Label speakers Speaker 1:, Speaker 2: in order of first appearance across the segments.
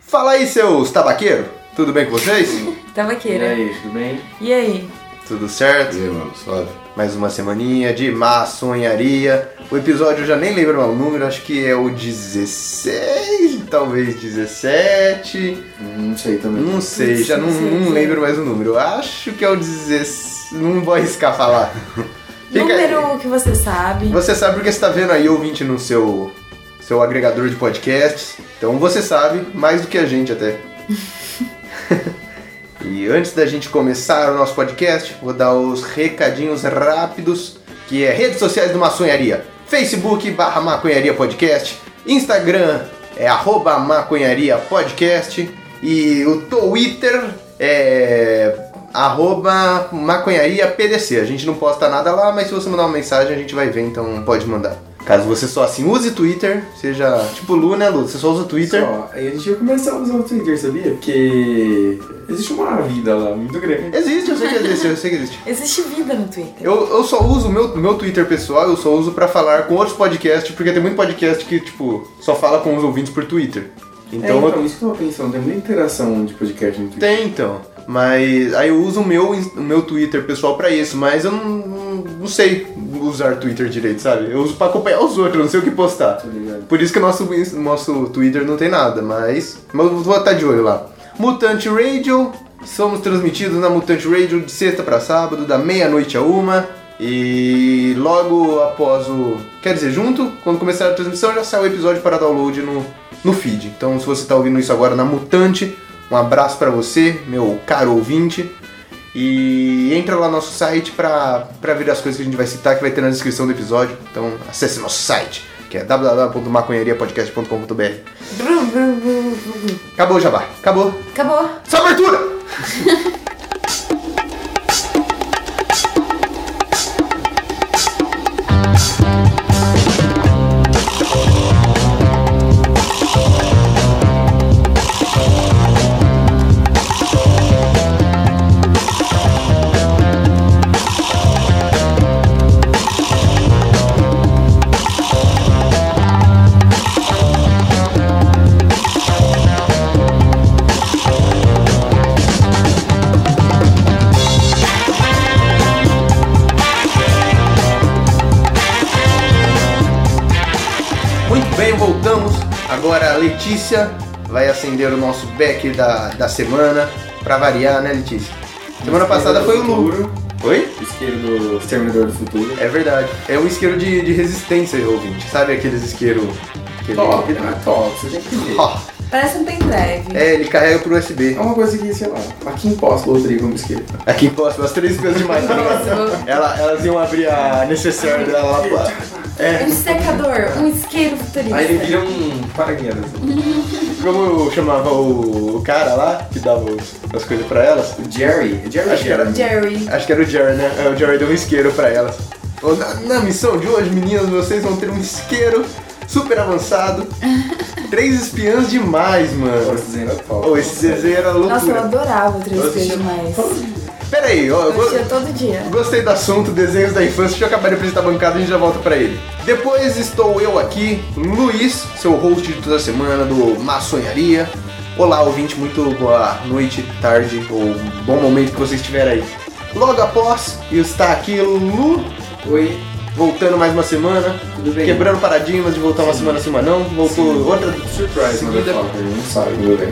Speaker 1: Fala aí, seus tabaqueiros. Tudo bem com vocês?
Speaker 2: Tabaqueira.
Speaker 3: E aí, tudo bem?
Speaker 2: né? E aí?
Speaker 1: Tudo certo?
Speaker 3: E aí, mano, suave?
Speaker 1: Mais uma semaninha de maçonharia. O episódio eu já nem lembro mais o número, acho que é o 16, talvez 17.
Speaker 3: Não sei também.
Speaker 1: Não sei, já não, não lembro mais o número. Acho que é o 16. Não vou arriscar falar. Fica aí.
Speaker 2: Número um que você sabe.
Speaker 1: Você sabe porque você está vendo aí ouvinte no seu, seu agregador de podcasts. Então você sabe mais do que a gente até. e antes da gente começar o nosso podcast, vou dar os recadinhos rápidos, que é redes sociais do Maçonharia. Facebook barra Maconharia Podcast. Instagram é arroba Maconharia Podcast. E o Twitter é arroba maconharia PDC. A gente não posta nada lá, mas se você mandar uma mensagem a gente vai ver, então pode mandar. Caso você só assim use Twitter, seja tipo Lu, né, Lu? Você só usa o Twitter.
Speaker 3: Só, aí a gente ia começar a usar o Twitter, sabia? Porque existe uma vida lá muito grande.
Speaker 1: Existe, eu sei que existe, eu sei que existe.
Speaker 2: Existe vida no Twitter.
Speaker 1: Eu, eu só uso o meu, meu Twitter pessoal, eu só uso pra falar com outros podcasts, porque tem muito podcast que, tipo, só fala com os ouvintes por Twitter.
Speaker 3: é,
Speaker 1: Então, eu-
Speaker 3: então isso que eu tava pensando, tem muita interação de podcast no Twitter.
Speaker 1: Tem então. Mas aí eu uso o meu, ins- o meu Twitter pessoal pra isso, mas eu não, não- não sei usar Twitter direito, sabe? Eu uso pra acompanhar os outros, eu não sei o que postar.
Speaker 3: Tá ligado?
Speaker 1: né? Por isso que o nosso, ins- nosso Twitter não tem nada, mas, mas eu vou estar de olho lá. Mutante Radio, somos transmitidos na Mutante Radio de sexta pra sábado, da meia-noite a uma. E logo após o. Quer dizer, junto, quando começar a transmissão, já sai o episódio para download no, no feed. Então, se você tá ouvindo isso agora na Mutante, um abraço pra você, meu caro ouvinte. E entra lá no nosso site pra, pra ver as coisas que a gente vai citar, que vai ter na descrição do episódio. Então acesse nosso site, que é www.maconhariapodcast.com.br.
Speaker 2: Brum, brum, brum, brum, brum.
Speaker 1: Acabou, Jabá. Acabou.
Speaker 2: Acabou.
Speaker 1: Só abertura! Muito bem, voltamos. Agora a Letícia vai acender o nosso back da, da semana. Pra variar, né, Letícia? Semana passada foi o Lu.
Speaker 3: Luro.
Speaker 1: Oi?
Speaker 3: Esquerdo, Exterminador do Futuro.
Speaker 1: É verdade. É um isqueiro de, de resistência, ouvinte. Sabe aqueles isqueiro. que ele-
Speaker 3: Top, ele não é top, você tem que ver.
Speaker 1: Ó,
Speaker 2: Parece um pendrive.
Speaker 1: É, ele carrega pro USB.
Speaker 3: É uma coisa que, sei lá, aqui em Pós, Rodrigo, como esquerdo.
Speaker 1: Aqui posso as três coisas de mais.
Speaker 2: Nossa,
Speaker 1: Ela, elas iam abrir a necessária dela lá pra... É,
Speaker 2: Um secador, um isqueiro
Speaker 3: Aí ele
Speaker 2: futurista.
Speaker 3: vira um paraguedas.
Speaker 1: Uhum. como eu chamava o, o cara lá, que dava os- as coisas pra elas?
Speaker 3: O Jerry, é Jerry
Speaker 1: Acho que era-
Speaker 2: Jerry.
Speaker 1: Acho que era o Jerry, né? É, O Jerry deu um isqueiro pra elas. Falou, Na, na missão de hoje, meninas, vocês vão ter um isqueiro super avançado. Três espiãs demais,
Speaker 3: Agora
Speaker 1: mano.
Speaker 3: vocês ainda top.
Speaker 1: Oh, esse desenho era
Speaker 2: Nossa, eu
Speaker 1: loucura.
Speaker 2: adorava o 3
Speaker 3: assistia-
Speaker 2: demais.
Speaker 1: Pera aí, ó, eu
Speaker 2: Eu
Speaker 1: vou-
Speaker 2: assistia todo dia.
Speaker 1: Gostei do assunto, desenhos da infância. Deixa eu acabar de apresentar a bancada e a gente já volta pra ele. Depois estou eu aqui, Luiz, seu host de toda semana do Maçonharia. Olá, ouvinte, muito boa noite, tarde ou bom momento que você estiver aí. Logo após, está aqui Lu,
Speaker 3: Oi,
Speaker 1: voltando mais uma semana,
Speaker 3: tudo bem?
Speaker 1: quebrando paradigmas de voltar uma
Speaker 3: Sim.
Speaker 1: semana sim, uma não, voltou
Speaker 3: Sim.
Speaker 1: outra.
Speaker 3: Surprise,
Speaker 1: Seguida.
Speaker 3: motherfucker, não sabe, meu bem.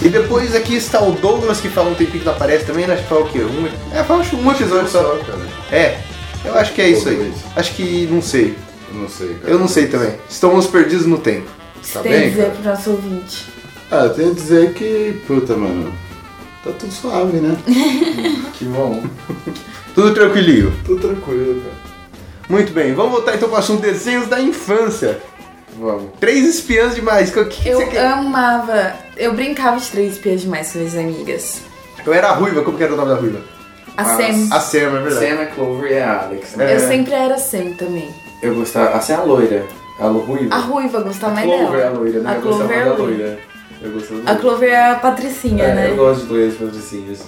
Speaker 1: E depois aqui está o Douglas, que fala um tempinho que não aparece também, né? Acho que fala o quê? Um, é, fala um episódio só.
Speaker 4: cara.
Speaker 1: É, eu acho que é isso aí.
Speaker 4: Douglas.
Speaker 1: Acho que não sei.
Speaker 4: Eu não sei, cara.
Speaker 1: Eu não sei também. Estamos perdidos no tempo.
Speaker 2: O que você
Speaker 4: Tá
Speaker 2: tem a
Speaker 4: bem,
Speaker 2: dizer
Speaker 4: cara?
Speaker 2: é pro nosso ouvinte?
Speaker 4: Ah, eu tenho a dizer que, puta, mano, tá tudo suave, né?
Speaker 3: Que bom.
Speaker 1: Tudo tranquilinho.
Speaker 4: Tudo tranquilo, cara.
Speaker 1: Muito bem, vamos voltar então para o assunto desenhos da infância.
Speaker 3: Vamos.
Speaker 1: Três espiãs demais. O que, que
Speaker 2: Eu
Speaker 1: você quer?
Speaker 2: amava. Eu brincava de três espias demais com minhas amigas.
Speaker 1: Eu era a ruiva, como que era o nome da ruiva?
Speaker 2: A
Speaker 3: Ah,
Speaker 2: Sam.
Speaker 1: A Sam, é verdade.
Speaker 3: Senna, Clover e a Alex. né?
Speaker 1: É.
Speaker 2: Eu sempre era Sam também.
Speaker 3: Eu gostava. Assim, a loira. A lo- ruiva.
Speaker 2: A Ruiva gostava mais
Speaker 3: Clover é a
Speaker 2: dela.
Speaker 3: loira, né?
Speaker 2: A
Speaker 3: eu gostava
Speaker 2: Clover é
Speaker 3: da
Speaker 2: a loira.
Speaker 3: loira. Eu gostava da
Speaker 2: A Clover é a Patricinha,
Speaker 3: É, Eu
Speaker 2: né?
Speaker 3: gosto de loiras patricinhas.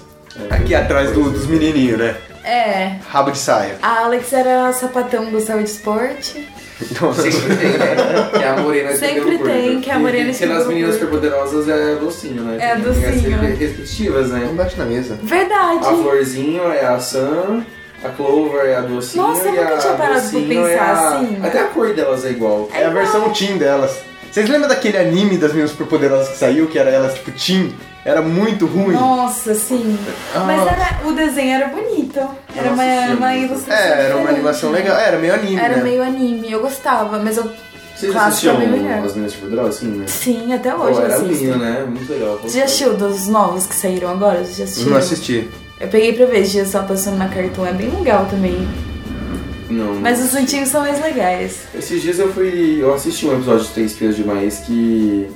Speaker 3: É,
Speaker 1: Aqui
Speaker 3: eu-
Speaker 1: atrás do- dos menininhos, né?
Speaker 2: É.
Speaker 1: Rabo de saia.
Speaker 2: A Alex era sapatão, gostava de esporte.
Speaker 1: Então,
Speaker 3: Sempre tem, né? Que a morena escreveu
Speaker 2: Sempre
Speaker 3: o corpo.
Speaker 2: tem, que a morena
Speaker 3: E- e
Speaker 2: escreveu
Speaker 3: nas
Speaker 2: o
Speaker 3: meninas
Speaker 2: corpo.
Speaker 3: superpoderosas é a docinho,
Speaker 2: É
Speaker 3: né?
Speaker 2: a
Speaker 3: Tem as
Speaker 2: docinho.
Speaker 3: Respectivas,
Speaker 1: Não
Speaker 3: né?
Speaker 1: bate na mesa.
Speaker 2: Verdade.
Speaker 3: A florzinho é a Sam, a Clover é a docinho
Speaker 2: Nossa, eu
Speaker 3: e a
Speaker 2: nunca tinha parado pra
Speaker 3: Docinho é
Speaker 2: pensar
Speaker 3: a-
Speaker 2: assim.
Speaker 3: Até a cor delas é igual.
Speaker 1: É a versão Team delas. Vocês lembram daquele anime das meninas superpoderosas que saiu, que era elas tipo Team? Era muito ruim.
Speaker 2: Nossa, sim.
Speaker 1: Ah.
Speaker 2: Mas era, o desenho era bonito. Era
Speaker 3: Nossa,
Speaker 2: uma,
Speaker 3: sim.
Speaker 2: uma ilustração.
Speaker 1: É, era uma
Speaker 2: diferente,
Speaker 1: animação
Speaker 2: né?
Speaker 1: legal. Era meio anime,
Speaker 2: Era
Speaker 1: né?
Speaker 2: meio anime, eu gostava, mas eu.
Speaker 3: Vocês
Speaker 2: Clássico é
Speaker 3: assistiam
Speaker 2: bem melhor.
Speaker 3: as meninas superpoderosas? Sim, né?
Speaker 2: Sim, até
Speaker 3: Pô,
Speaker 2: hoje eu
Speaker 3: era
Speaker 2: assisto.
Speaker 3: lindo, né? Muito legal.
Speaker 2: assim, Você já assistiu dos novos que saíram agora? Você já assistiu?
Speaker 1: Não assisti.
Speaker 2: Eu peguei pra ver, esse dia só passando na cartão, é bem legal também.
Speaker 3: Não.
Speaker 2: Mas os antigos são mais legais.
Speaker 3: Esses dias eu fui. Eu assisti um episódio de Três Pias Demais que.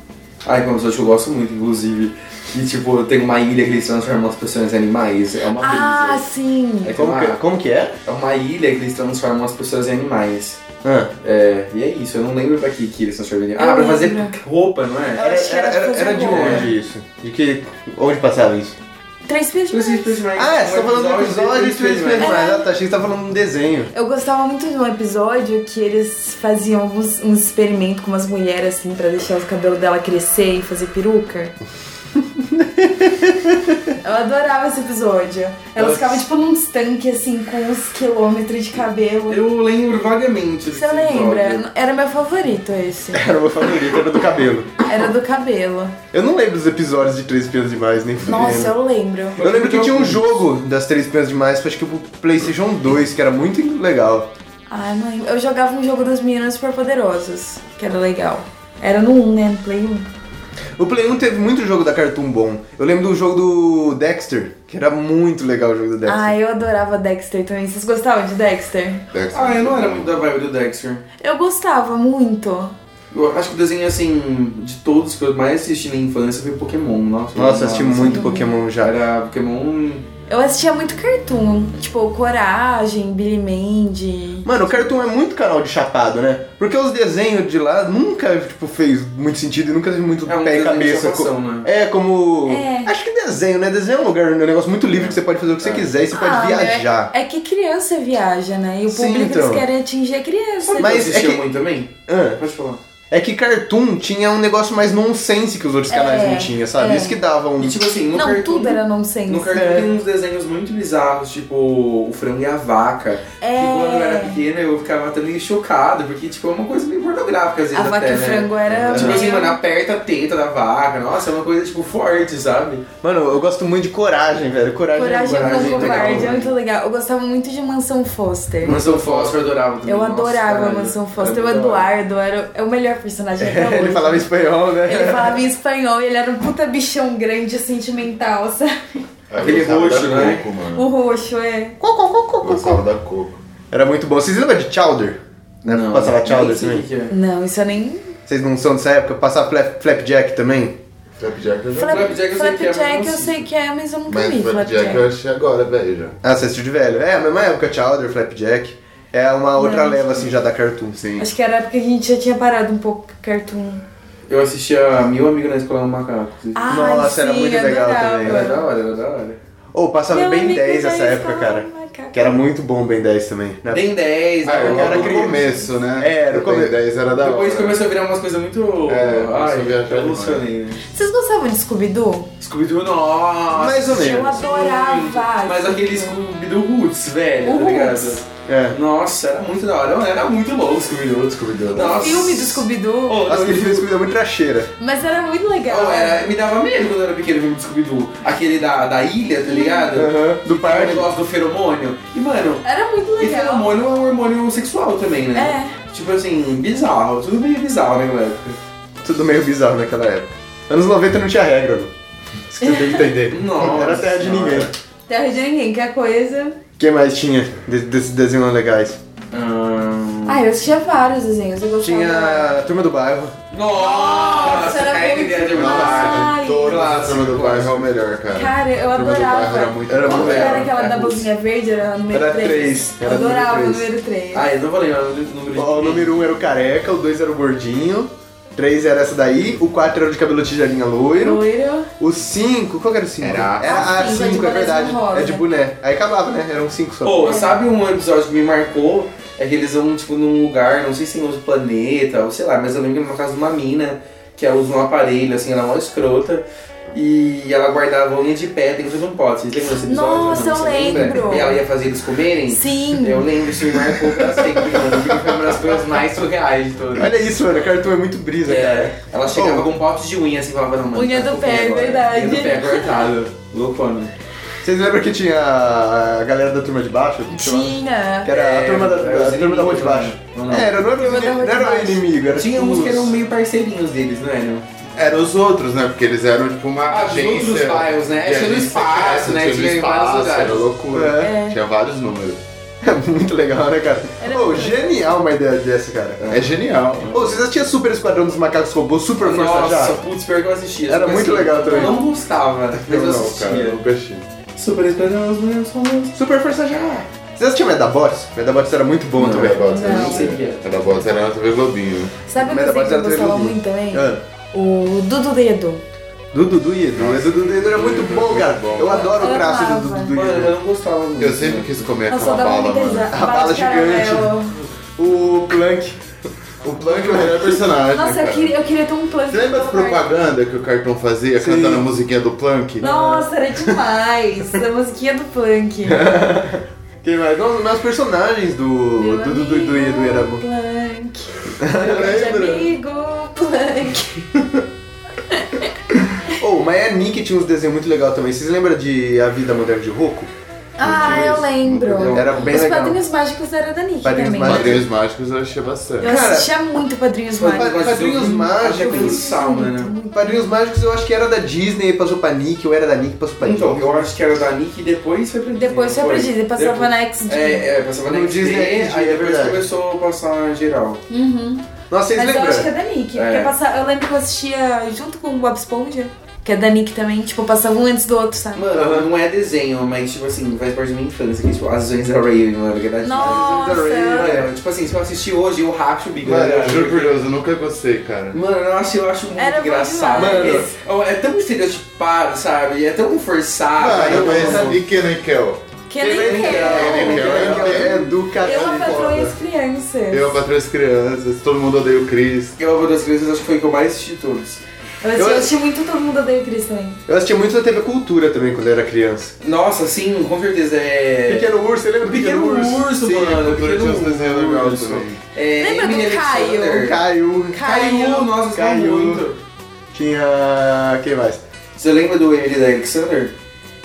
Speaker 3: Ai, que é um episódio que eu gosto muito, inclusive. Que tipo, tem uma ilha que eles transformam as pessoas em animais. É uma
Speaker 2: Ah,
Speaker 3: brisa.
Speaker 2: sim!
Speaker 3: É, que é
Speaker 1: Como
Speaker 3: uma,
Speaker 1: que, como que é?
Speaker 3: é uma ilha que eles transformam as pessoas em animais.
Speaker 1: Ah,
Speaker 3: É, e é isso, eu não lembro pra que, que eles transformam em animais. Ah,
Speaker 2: Eu
Speaker 3: pra fazer
Speaker 2: lembro.
Speaker 3: roupa, não é?
Speaker 2: Eu acho que era pra fazer
Speaker 1: de
Speaker 2: gol.
Speaker 1: onde isso? De que. Onde passava isso?
Speaker 2: Três Pias
Speaker 3: Três
Speaker 2: Demais.
Speaker 3: Pias Demais.
Speaker 1: Ah, você
Speaker 3: um
Speaker 1: tá falando do episódio de Três Vezes
Speaker 3: Demais.
Speaker 1: Mais. Ah, tá. Achei que você tá falando de um desenho.
Speaker 2: Eu gostava muito de um episódio que eles faziam uns, uns experimentos com umas mulheres assim pra deixar o cabelo dela crescer e fazer peruca. Eu adorava esse episódio. Elas
Speaker 3: Nossa.
Speaker 2: ficavam tipo num tanque assim com uns quilômetros de cabelo.
Speaker 3: Eu lembro vagamente desse
Speaker 2: Você
Speaker 3: episódio.
Speaker 2: lembra? Era meu favorito esse.
Speaker 1: Era o meu favorito, era do cabelo.
Speaker 2: Era do cabelo.
Speaker 1: Eu não lembro dos episódios de Três Pias Demais, nem fudendo.
Speaker 2: Nossa, eu lembro.
Speaker 1: Eu lembro que tinha um jogo das Três Pias Demais, acho que o Playstation 2, que era muito legal.
Speaker 2: Ai, mãe. Eu jogava um jogo das meninas superpoderosas, que era legal. Era no 1, né? No Play 1.
Speaker 1: O Play 1 teve muito jogo da Cartoon bom. Eu lembro do jogo do Dexter, que era muito legal o jogo do Dexter.
Speaker 2: Ah, eu adorava Dexter também. Vocês gostavam de Dexter?
Speaker 4: Dexter.
Speaker 3: Ah, eu não era muito da vibe do Dexter.
Speaker 2: Eu gostava muito.
Speaker 3: Eu acho que o desenho, assim, de todos que eu mais assisti na infância foi Pokémon, nossa. eu
Speaker 1: Nossa, assisti
Speaker 3: amava,
Speaker 1: muito
Speaker 3: assim.
Speaker 1: Pokémon já.
Speaker 3: Era Pokémon... é
Speaker 2: Eu assistia muito cartoon, tipo Coragem, Billy Mandy.
Speaker 1: Mano, o Cartoon é muito canal de chapado, né? Porque os desenhos de lá nunca, tipo, fez muito sentido e nunca teve muito
Speaker 3: É um
Speaker 1: pé e
Speaker 3: desenho de
Speaker 1: cabeça.
Speaker 3: chapação,
Speaker 1: co-
Speaker 3: né?
Speaker 1: É, como...
Speaker 2: É.
Speaker 1: Acho que desenho, né? Desenho é um lugar, é um negócio muito livre que você pode fazer o que você quiser e você
Speaker 2: Ah,
Speaker 1: pode
Speaker 2: meu, é-
Speaker 1: viajar.
Speaker 2: É que criança viaja, né? E o
Speaker 1: Sim,
Speaker 2: público
Speaker 1: então.
Speaker 2: eles querem atingir a criança.
Speaker 3: Sabe
Speaker 1: Mas
Speaker 3: que eu assistia
Speaker 1: é que-
Speaker 3: muito também?
Speaker 1: Ah,
Speaker 3: Pode falar.
Speaker 1: É que Cartoon tinha um negócio mais nonsense que os outros canais
Speaker 2: É,
Speaker 1: não tinham, sabe?
Speaker 2: é.
Speaker 1: Isso que dava um...
Speaker 3: E tipo assim, no
Speaker 2: não,
Speaker 3: cartoon...
Speaker 2: tudo era É. nonsense.
Speaker 3: No cartoon tem uns desenhos muito bizarros, tipo o frango e a vaca.
Speaker 2: É.
Speaker 3: Que quando eu era pequena eu ficava até meio chocado, porque tipo, é uma coisa meio pornográfica às vezes
Speaker 2: A vaca
Speaker 3: até,
Speaker 2: e o
Speaker 3: né?
Speaker 2: frango era.
Speaker 3: Tipo assim,
Speaker 2: meio-
Speaker 3: mano, aperta a teta da vaca, nossa, é uma coisa tipo forte, sabe?
Speaker 1: Mano, eu gosto muito de Coragem, velho. Coragem,
Speaker 2: Coragem é
Speaker 3: Coragem
Speaker 2: um
Speaker 3: é legal,
Speaker 2: covarde, é
Speaker 3: né?
Speaker 2: muito legal. Eu gostava muito de Mansão Foster.
Speaker 3: Mansão Fósforo eu adorava também.
Speaker 2: Eu
Speaker 3: nossa,
Speaker 2: adorava a
Speaker 3: caralho.
Speaker 2: Mansão Foster.
Speaker 3: Era
Speaker 2: O
Speaker 3: muito da hora.
Speaker 2: Eduardo era o- é o melhor personagem até hoje.
Speaker 1: Ele falava espanhol, né?
Speaker 2: Ele falava em espanhol e ele era um puta bichão grande, sentimental, sabe?
Speaker 4: Ah, eu
Speaker 3: Aquele
Speaker 4: gostava
Speaker 3: roxo,
Speaker 4: da
Speaker 3: né?
Speaker 4: Coco, mano.
Speaker 2: O roxo, é.
Speaker 4: Eu Gostava da Coco.
Speaker 1: Era muito bom. Vocês lembram de Chowder? Na época
Speaker 3: Não,
Speaker 1: Né? passava
Speaker 3: nem
Speaker 1: Chowder
Speaker 3: sei o
Speaker 1: também?
Speaker 3: que que é.
Speaker 2: Não, isso eu nem.
Speaker 1: Vocês não são dessa época? Passava Flap, Flapjack também?
Speaker 4: Flapjack eu já
Speaker 2: Flap-
Speaker 3: Flapjack eu sei que é,
Speaker 2: Flapjack
Speaker 3: mas não
Speaker 2: eu
Speaker 3: sei.
Speaker 2: sei que é, mas eu nunca
Speaker 4: Mas
Speaker 2: vi
Speaker 4: Flapjack eu achei agora, velho, já.
Speaker 1: Ah, você assistiu de velho? É, a mesma época, Chowder, Flapjack. É uma outra leva, assim, já da Cartoon. Sim.
Speaker 2: Acho que era porque a gente já tinha parado um pouco com cartoon.
Speaker 3: Eu assistia Mil Amigos na Escola do Macaco.
Speaker 2: Ah,
Speaker 1: Nossa, era
Speaker 2: sim,
Speaker 1: muito
Speaker 2: eu
Speaker 1: legal
Speaker 2: adorava.
Speaker 1: também,
Speaker 3: Era Ah, é da hora, era da hora.
Speaker 1: Ou passava
Speaker 2: Meu
Speaker 1: Ben
Speaker 2: amigo
Speaker 1: 10
Speaker 2: já
Speaker 1: essa época,
Speaker 2: estava
Speaker 1: cara.
Speaker 2: no macaco.
Speaker 1: Que era muito bom o Ben 10 também. né?
Speaker 3: Tem 10,
Speaker 1: eu
Speaker 4: Ah, eu
Speaker 1: era
Speaker 4: era no
Speaker 1: criança.
Speaker 4: começo, né?
Speaker 1: É, era o
Speaker 4: Eu
Speaker 1: come-
Speaker 4: tenho 10 era da hora.
Speaker 3: Depois começou a virar umas coisas muito.
Speaker 4: É, começou a
Speaker 3: Ai,
Speaker 4: viajar
Speaker 3: revolucionei, né?
Speaker 2: Vocês gostavam de Scooby-Doo?
Speaker 3: Scooby-Doo, nossa!
Speaker 1: Mais ou menos.
Speaker 2: Eu adorava.
Speaker 3: Mas aquele Scooby-Doo Roots, velho,
Speaker 2: O
Speaker 3: tá
Speaker 2: Roots.
Speaker 3: ligado?
Speaker 1: É.
Speaker 3: Nossa, era muito da hora. Era muito louco o Scooby-Doo.
Speaker 4: Scooby-Doo.
Speaker 3: Nossa.
Speaker 2: Filme do Scooby-Doo.
Speaker 3: Oh,
Speaker 1: Acho que ele
Speaker 3: não,
Speaker 1: fez comida muito tracheira.
Speaker 2: Mas era muito legal.
Speaker 3: oh, era, me dava medo quando eu era pequeno o filme do Scooby-Doo. Aquele da, da ilha, tá ligado?
Speaker 1: Aham. Do
Speaker 3: O
Speaker 1: parque.
Speaker 3: negócio do feromônio. E, mano,
Speaker 2: Era muito
Speaker 3: E
Speaker 2: legal.
Speaker 3: feromônio é um hormônio sexual também, né? É. Tipo assim, bizarro. Tudo meio bizarro né, naquela época.
Speaker 1: Tudo meio bizarro naquela época. Anos 90 não tinha regra, mano. Isso que você tem que entender.
Speaker 3: Nossa
Speaker 1: Era terra de ninguém.
Speaker 3: senhora.
Speaker 2: Terra de ninguém, que é coisa.
Speaker 1: O que mais tinha de- desses desenhos legais?
Speaker 3: Hum...
Speaker 2: Ah, eu assistia vários desenhos, eu gostava.
Speaker 1: Tinha a Turma do Bairro.
Speaker 3: Nossa,
Speaker 2: era
Speaker 3: é
Speaker 2: muito
Speaker 3: ideia de
Speaker 2: demais.
Speaker 3: uma
Speaker 2: Ai.
Speaker 4: Nossa, todo o
Speaker 3: Clássico,
Speaker 4: Turma do Bairro é o
Speaker 3: clássico.
Speaker 4: melhor, cara.
Speaker 2: Cara, eu
Speaker 4: Turma do Bairro
Speaker 2: adorava.
Speaker 4: era muito
Speaker 1: Era
Speaker 2: Como
Speaker 1: muito
Speaker 2: que era
Speaker 1: legal.
Speaker 2: aquela da boquinha verde? Era a número
Speaker 1: Era
Speaker 2: 3.
Speaker 1: três, era
Speaker 2: eu adorava
Speaker 1: número
Speaker 2: o
Speaker 1: três.
Speaker 2: número 3.
Speaker 3: Ah, eu não vou lembrar o número de
Speaker 1: Ó, O número 1 um era o careca, o 2 era o gordinho, o 3 era essa daí, o 4 era o de cabelo tigelinha loiro,
Speaker 2: Loiro.
Speaker 1: o 5, qual que era o 5?
Speaker 4: Era a-
Speaker 1: a
Speaker 2: A cinco,
Speaker 1: 5,
Speaker 2: é
Speaker 1: é
Speaker 2: de bonezinho
Speaker 1: verdade,
Speaker 2: rosa.
Speaker 1: é de boné. Aí acabava, né? Eram 5 só.
Speaker 3: Pô, sabe um episódio que um me marcou? é que eles vão, tipo, num lugar, não sei se em outro planeta, ou sei lá, mas eu lembro que era na casa de uma mina, que ela usa um aparelho, assim, ela é uma escrota, e ela guardava unha de pé dentro de um pote. Vocês lembram desse episódio?
Speaker 2: Nossa,
Speaker 3: Não,
Speaker 2: eu
Speaker 3: você lembra?
Speaker 2: lembro.
Speaker 3: E ela ia fazer eles comerem?
Speaker 2: Sim.
Speaker 3: Tipo, Eu lembro, isso me marcou pra sempre, mano, porque foi uma das coisas mais surreais de todas.
Speaker 1: Olha isso, mano. O cartoon é muito brisa, cara.
Speaker 3: É, ela chegava com um pote de unha assim e falava, não, mano.
Speaker 2: Unha
Speaker 3: tá
Speaker 2: do
Speaker 3: com
Speaker 2: pé,
Speaker 3: agora.
Speaker 2: verdade.
Speaker 3: Unha do pé cortado. Loucona.
Speaker 1: Vocês lembram que tinha a galera da turma de baixo? que chamava?
Speaker 2: Tinha.
Speaker 3: É,
Speaker 1: Que era a turma da,
Speaker 3: era
Speaker 1: da-
Speaker 3: os
Speaker 1: a turma da rua de
Speaker 3: inimigos,
Speaker 1: baixo. É,
Speaker 3: né? Ou não?
Speaker 1: Era, não era,
Speaker 2: Turma da
Speaker 1: não
Speaker 2: rua de
Speaker 1: era o
Speaker 2: baixo.
Speaker 1: inimigo, era
Speaker 3: Tinha
Speaker 1: tipo
Speaker 3: uns que eram
Speaker 1: os-
Speaker 3: meio parceirinhos deles, né, não eram?
Speaker 4: Eram os outros, né? Porque eles eram tipo uma
Speaker 3: Ah, dos
Speaker 4: agência.
Speaker 3: outros files, né?
Speaker 4: de
Speaker 3: Tinha no
Speaker 4: agência
Speaker 3: espaço,
Speaker 4: secreta,
Speaker 3: né?
Speaker 4: Tinha
Speaker 3: Tinha
Speaker 4: no
Speaker 3: em vários
Speaker 4: espaço,
Speaker 3: lugares.
Speaker 4: era loucura.
Speaker 2: É.
Speaker 4: Tinha vários números.
Speaker 1: É muito legal, né, cara?
Speaker 2: Era
Speaker 1: Pô,
Speaker 2: muito legal.
Speaker 1: genial uma ideia dessa, cara.
Speaker 4: É genial.
Speaker 1: Pô, vocês assistiam Super Esquadrão dos Macacos Robôs, Super Força
Speaker 3: Nossa,
Speaker 1: já?
Speaker 3: putz, pior que eu assistia.
Speaker 1: Era
Speaker 3: Só que
Speaker 1: muito
Speaker 3: assim,
Speaker 1: legal também.
Speaker 3: Eu não gostava, mas eu,
Speaker 4: Eu não, cara, eu
Speaker 3: assistia.
Speaker 4: nunca achei.
Speaker 3: Super Esquadrão, as mulheres são luz.
Speaker 1: Super Força já! Vocês assistiam Medabots? Medabots era muito bom
Speaker 3: Não.
Speaker 1: também.
Speaker 4: Medabots
Speaker 2: Não.
Speaker 4: não sei. Medabots era na TV Globinho.
Speaker 2: Sabe o
Speaker 1: Mas era
Speaker 2: desenho que eu
Speaker 1: baseado na
Speaker 2: gostava
Speaker 1: trilogia.
Speaker 2: muito também?
Speaker 1: Ah,
Speaker 2: O Dudu Dedo.
Speaker 1: do Dudu e Edu. O Dudu e Edu era muito bom, cara.
Speaker 4: Bom.
Speaker 1: Eu adoro o
Speaker 2: Eu
Speaker 1: traço do
Speaker 2: amava.
Speaker 1: Dudu
Speaker 3: Mano,
Speaker 1: e
Speaker 3: eu
Speaker 1: Edu.
Speaker 3: não gostava muito.
Speaker 4: Eu sempre quis comer
Speaker 2: Nossa, eu
Speaker 4: aquela
Speaker 2: dava
Speaker 4: bala,
Speaker 2: muita
Speaker 4: mano.
Speaker 2: risada.
Speaker 1: A É bala
Speaker 2: de caramelo.
Speaker 1: O Plank.
Speaker 4: O Plank é o melhor personagem.
Speaker 2: Nossa, eu
Speaker 4: cara.
Speaker 2: queria, eu queria ter um plano.
Speaker 4: Você lembra as propagandas que o Cartão fazia
Speaker 1: Sim.
Speaker 4: cantando a musiquinha do Plank?
Speaker 2: Nossa, era demais! a musiquinha do punk.
Speaker 1: Quem mais? Nossa, mas os personagens do, do Dudu e do Edu era bom.
Speaker 2: Plank.
Speaker 4: lembro.
Speaker 2: Meu amigo, Plank.
Speaker 1: Oh, mas a Nick tinha uns desenhos muito legais também. Vocês lembram de A Vida Moderna de Roku?
Speaker 2: Ah, eu lembro.
Speaker 1: Era bem
Speaker 2: Os
Speaker 1: legal.
Speaker 2: Padrinhos Mágicos era da Nick
Speaker 1: Padrinhos
Speaker 2: também. né?
Speaker 1: Mágicos.
Speaker 4: Padrinhos Mágicos eu achei bastante.
Speaker 2: Eu
Speaker 1: Cara,
Speaker 2: assistia muito Padrinhos
Speaker 3: Mas-
Speaker 2: Mágicos.
Speaker 3: mas
Speaker 1: Quadrinhos
Speaker 3: eu-
Speaker 1: mágicos.
Speaker 3: Até com sauna, né?
Speaker 1: Padrinhos Mágicos eu acho que era da Disney e passou pra Nick, ou era da Nick e passou pra
Speaker 3: Então,
Speaker 1: Nick.
Speaker 3: eu acho que era da Nick e depois foi pra Disney.
Speaker 2: Depois foi pra
Speaker 3: foi?
Speaker 2: Disney, passava
Speaker 3: Depois-
Speaker 2: na XD.
Speaker 3: É, é, passava na
Speaker 1: No
Speaker 3: Disney,
Speaker 1: Disney,
Speaker 3: aí
Speaker 1: é
Speaker 3: depois
Speaker 1: verdade.
Speaker 3: começou a passar geral.
Speaker 2: Uhum.
Speaker 1: Nossa, vocês
Speaker 2: Mas
Speaker 1: lembram?
Speaker 2: eu acho que é da Nick.
Speaker 3: É.
Speaker 2: Porque passa- eu lembro que eu assistia junto com o Bob Esponja, que é da Nick também. Tipo, passava um antes do outro, sabe?
Speaker 3: Mano, não é desenho, mas tipo assim, faz parte da minha infância, que tipo, as unhas da Raven, mano, que é da Disney.
Speaker 2: Nossa!
Speaker 3: Mano, tipo assim, se eu assistir hoje, eu racho o bico.
Speaker 4: Mano,
Speaker 3: né?
Speaker 4: eu juro por Deus, eu nunca gostei, cara.
Speaker 3: Mano, eu acho, eu acho muito
Speaker 2: Era bom
Speaker 3: engraçado.
Speaker 1: demais.
Speaker 3: Mano, ó, é tão estereotipado, sabe? É tão forçado.
Speaker 4: Mano,
Speaker 3: aí eu
Speaker 4: mas
Speaker 3: amo.
Speaker 4: e Kenan e Kel?
Speaker 2: Que nem
Speaker 4: Kel.
Speaker 2: eu.
Speaker 1: É do
Speaker 2: Eu
Speaker 1: caralho.
Speaker 2: patroei as crianças.
Speaker 4: Eu, Patrões Crianças, todo mundo odeia o Chris.
Speaker 3: Eu amo das coisas, acho que foi o que eu mais assisti todos.
Speaker 2: Eu assisti, eu assisti muito Todo Mundo Odeia o Chris também.
Speaker 1: Eu assistia muito na TV Cultura também quando eu era criança.
Speaker 3: Nossa, sim, com certeza. É.
Speaker 1: Pequeno Urso, você lembra do
Speaker 3: Pequeno Urso,
Speaker 4: Sim, a
Speaker 3: mano.
Speaker 4: cultura tinha uns desenhos legais
Speaker 3: Urso.
Speaker 4: também.
Speaker 3: É,
Speaker 2: Lembra do
Speaker 3: Emily
Speaker 2: Caio?
Speaker 3: Alexander.
Speaker 1: Caio.
Speaker 3: Caio, nossa,
Speaker 1: Caio.
Speaker 3: Caio. muito.
Speaker 1: Tinha. Quem mais?
Speaker 3: Você lembra do Emily Alexander?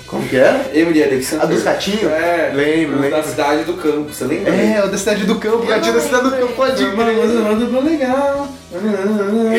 Speaker 1: Como que era?
Speaker 3: Emily Alexander.
Speaker 1: A dos ratinhos?
Speaker 3: É.
Speaker 1: Lembro,
Speaker 3: o
Speaker 1: lembro.
Speaker 3: Da cidade do campo, você lembra?
Speaker 1: É, o da Cidade do Campo, a tia da Cidade do Campo, pode
Speaker 3: Pode
Speaker 1: ir.
Speaker 3: ir, Tipo, mano, mas eu ando tão legal.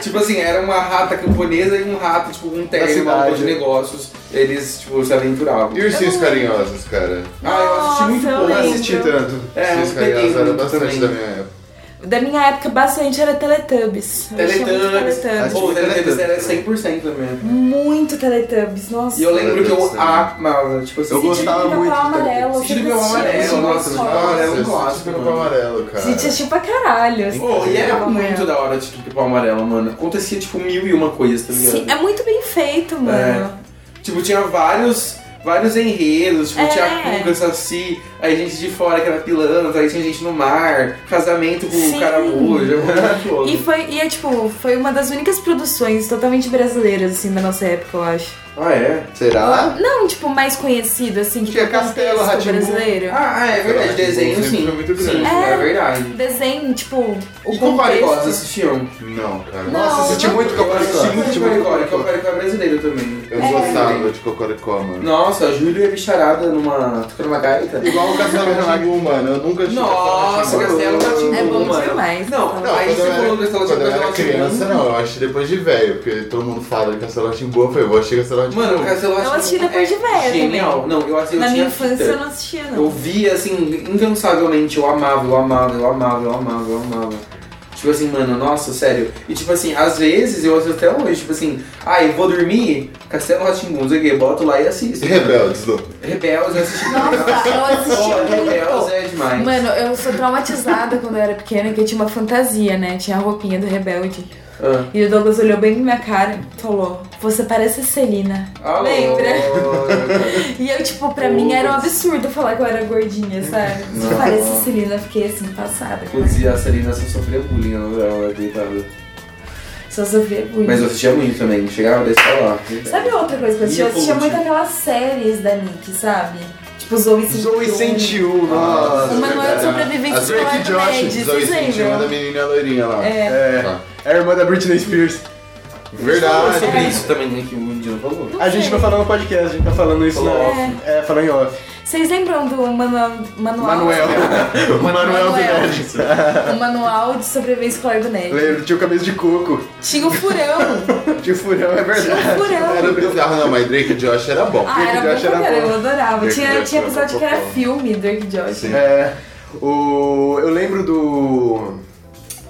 Speaker 3: tipo assim, era uma rata camponesa e um rato, tipo, um terno, uma
Speaker 1: cidade.
Speaker 3: roupa de negócios. Eles, tipo, se aventuravam.
Speaker 4: E Ursinhos Carinhosos, cara?
Speaker 3: Ah, eu assisti muito
Speaker 2: Nossa, eu
Speaker 3: pouco.
Speaker 1: Não
Speaker 2: lembro.
Speaker 1: assisti tanto.
Speaker 3: É, eu
Speaker 4: Ursinhos
Speaker 3: não peguei
Speaker 4: Carinhosos era
Speaker 3: muito também.
Speaker 4: bastante da minha época.
Speaker 2: Da minha época, bastante era Teletubbies. Eu assistia muito
Speaker 3: Teletubbies.
Speaker 2: Teletubbies.
Speaker 3: Pô, Teletubbies era
Speaker 1: Teletubbies.
Speaker 3: 100% também.
Speaker 2: Muito Teletubbies, nossa.
Speaker 3: E eu lembro que
Speaker 4: Teletubbies,
Speaker 3: eu
Speaker 4: né?
Speaker 3: amava, tipo assim...
Speaker 1: Eu gostava
Speaker 2: Sentido
Speaker 1: muito
Speaker 2: Pica-Pau
Speaker 1: de Teletubbies.
Speaker 2: Amarelo. eu
Speaker 3: Sentido
Speaker 2: sempre
Speaker 3: Pica-Pau
Speaker 2: assistia,
Speaker 3: Amarelo,
Speaker 2: eu
Speaker 3: nossa,
Speaker 2: assistia.
Speaker 3: nossa. Cara, é um
Speaker 4: Nossa,
Speaker 3: clássico,
Speaker 4: Ursinhos
Speaker 3: mano.
Speaker 4: amarelo, cara.
Speaker 2: Gente, assistia pra caralho. assim,
Speaker 3: Pô, Oh, e era
Speaker 2: Pica-Pau
Speaker 3: muito
Speaker 2: Amarelo.
Speaker 3: da hora, tipo, Pica-Pau Amarelo, mano. Acontecia, tipo, mil e uma coisa, tá ligado?
Speaker 2: Sim, é muito bem feito, mano.
Speaker 3: Tipo, tinha vários, vários enredos, tipo,
Speaker 2: É.
Speaker 3: tinha a Cuca, Saci, aí gente de fora que era pilantra, aí tinha gente no mar, casamento com
Speaker 2: Sim.
Speaker 3: o caramujo,
Speaker 2: E foi, e é tipo, foi uma das únicas produções totalmente brasileiras, assim, da nossa época, eu acho.
Speaker 3: Ah, é?
Speaker 1: Será?
Speaker 2: Não, tipo, mais conhecido, assim, que
Speaker 1: Tinha
Speaker 2: tem um
Speaker 1: Castelo,
Speaker 2: contexto
Speaker 1: Rá-Tim-Bum.
Speaker 2: brasileiro.
Speaker 3: Ah, ah, é verdade,
Speaker 4: Caralho,
Speaker 3: desenho
Speaker 4: sempre
Speaker 3: sim.
Speaker 4: tipo, foi muito grande.
Speaker 3: sim,
Speaker 2: É.
Speaker 3: é verdade.
Speaker 2: Desenho, tipo, o
Speaker 3: E Cocoricó, vocês
Speaker 2: contexto.
Speaker 3: assistiam?
Speaker 4: Não, cara.
Speaker 2: Não.
Speaker 1: Nossa, assisti muito
Speaker 3: Eu assisti
Speaker 1: Capricórnio.
Speaker 3: muito de Cocoricó, e Cocoricó é brasileiro também.
Speaker 4: Eu gostava de Cocoricó, mano.
Speaker 3: Nossa, Júlio é bicharada numa... tocando uma gaita.
Speaker 4: Igual o Castelo Rá-Tim-Bum, mano. Eu nunca achei
Speaker 3: Nossa,
Speaker 4: Castelo Rá-Tim-Bum.
Speaker 3: Castelo Rá-Tim-Bum,
Speaker 2: É bom
Speaker 3: mano.
Speaker 2: demais.
Speaker 3: Não,
Speaker 4: Não,
Speaker 3: aí
Speaker 4: quando
Speaker 3: você
Speaker 4: eu
Speaker 3: falou do
Speaker 4: era,
Speaker 3: Castelo
Speaker 4: quando eu
Speaker 3: Rá-Tim-Bum,
Speaker 4: era criança, não, eu acho depois de velho, porque todo mundo fala de Castelo Atimbu, eu falei, vou assistir Castelo tipo Atimbu.
Speaker 3: Mano, o Castelo Rá-Tim-Bum
Speaker 2: Eu assisti depois
Speaker 3: é
Speaker 2: de velho
Speaker 3: Genial. Não, eu assisti, eu
Speaker 2: Na
Speaker 3: tinha
Speaker 2: minha infância
Speaker 3: fita.
Speaker 2: eu não assistia, não.
Speaker 3: Eu via assim, incansavelmente, eu amava, eu amava, eu amava, eu amava, eu amava. Tipo assim, mano, nossa, sério. E tipo assim, às vezes eu assisto até hoje, tipo assim, ai, vou dormir, Castelo Ratimbu, não sei o quê, boto lá e assisto.
Speaker 4: Rebeldes, Lu.
Speaker 3: Rebeldes, eu assisti
Speaker 2: Nossa, eu
Speaker 3: Pô, Rebeldes
Speaker 2: assistia
Speaker 3: é demais.
Speaker 2: muito. Mano, eu sou traumatizada quando eu era pequena, que eu tinha uma fantasia, né? Tinha a roupinha do Rebelde.
Speaker 3: Ah.
Speaker 2: E o Douglas olhou bem na minha cara e falou: Você parece a Celina.
Speaker 3: Ah,
Speaker 2: Lembra?
Speaker 3: olha.
Speaker 2: E eu, tipo, pra mim era um absurdo falar que eu era gordinha, sabe? Você parece a Celina, eu fiquei assim, passada.
Speaker 3: Putz, e a Celina só sofria bullying na novela, coitada.
Speaker 2: Só sofria bullying.
Speaker 3: Mas eu assistia muito também, chegava da escola lá.
Speaker 2: Sabe outra coisa que eu assistia?
Speaker 1: é
Speaker 2: Eu assistia
Speaker 3: Leopold.
Speaker 2: muito aquelas séries da Nick, sabe? Tipo, Zoe 101.
Speaker 1: Zoe 101, nossa. é
Speaker 2: O Manual de
Speaker 1: cara.
Speaker 2: Sobrevivência
Speaker 4: A Drake
Speaker 2: escolar do né, Ed,
Speaker 4: Josh, Zoe
Speaker 2: vocês
Speaker 4: Sentinela
Speaker 2: lembram?
Speaker 4: da menina loirinha lá.
Speaker 1: É,
Speaker 4: Tá.
Speaker 1: é a irmã da Britney Spears.
Speaker 3: Verdade. sobre
Speaker 4: Verdade.
Speaker 3: isso também, né, que o Dino falou.
Speaker 1: A gente não falou no podcast, a gente tá falando isso na
Speaker 3: Falou
Speaker 1: off. É, falando em off.
Speaker 2: Vocês lembram do manual, manual?
Speaker 1: Manuel. o Manuel do
Speaker 2: Manuel.
Speaker 1: Nerd.
Speaker 2: O manual de sobrevivência escolar do Ned.
Speaker 1: Lembro, tinha o cabeça de coco.
Speaker 2: Tinha o furão.
Speaker 1: Tinha o furão, é
Speaker 2: tinha o
Speaker 1: verdade.
Speaker 4: Era
Speaker 2: furão.
Speaker 4: bizarro, não, mas Drake Josh era bom.
Speaker 2: Ah, era
Speaker 1: Drake Josh
Speaker 2: bom pra
Speaker 1: era
Speaker 2: caramba,
Speaker 1: bom.
Speaker 2: eu adorava.
Speaker 4: Drake
Speaker 2: Tinha,
Speaker 4: Josh
Speaker 2: tinha
Speaker 4: era
Speaker 2: episódio
Speaker 4: bom
Speaker 2: que
Speaker 4: pra
Speaker 2: era
Speaker 4: caramba.
Speaker 2: filme, Dirk Josh.
Speaker 4: Sim.
Speaker 1: É. O. Eu lembro do.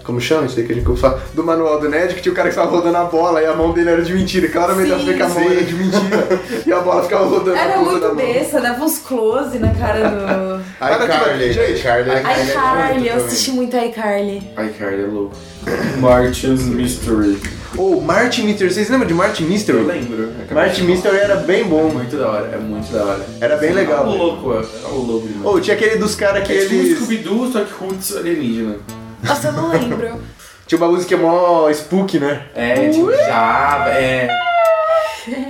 Speaker 1: Como chama isso daí que a gente fala? Do manual do Ned, que tinha o cara que ficava rodando a bola e a mão dele era de mentira. Claramente dá pra ver que a mão
Speaker 4: Sim.
Speaker 1: era de mentira. e a bola ficava rodando na
Speaker 2: Era
Speaker 1: ponta da
Speaker 2: muito
Speaker 1: mão.
Speaker 2: besta, dava uns close na cara do.
Speaker 1: Cara, que-
Speaker 4: iCarly,
Speaker 1: gente,
Speaker 4: iCarly.
Speaker 2: Ai,
Speaker 4: muito
Speaker 2: Carly, eu
Speaker 4: também.
Speaker 2: assisti muito Ai, Carly.
Speaker 3: Ai, cara, é louco. Martin's Mystery.
Speaker 1: Ou Martin Mystery, vocês lembram de Martin Mystery?
Speaker 3: Eu lembro.
Speaker 1: Martin Mystery era bem
Speaker 3: É
Speaker 1: bom.
Speaker 3: muito da hora, é muito da hora.
Speaker 1: Era bem legal.
Speaker 3: Era louco, é. Era louco demais.
Speaker 1: Ou tinha aquele dos caras que
Speaker 3: é tipo um
Speaker 1: eles.
Speaker 3: Scooby-Doo, só que roots alienígena.
Speaker 2: Nossa, eu não lembro.
Speaker 1: Tinha uma música é mó spook, né?
Speaker 3: É, tipo Java, é...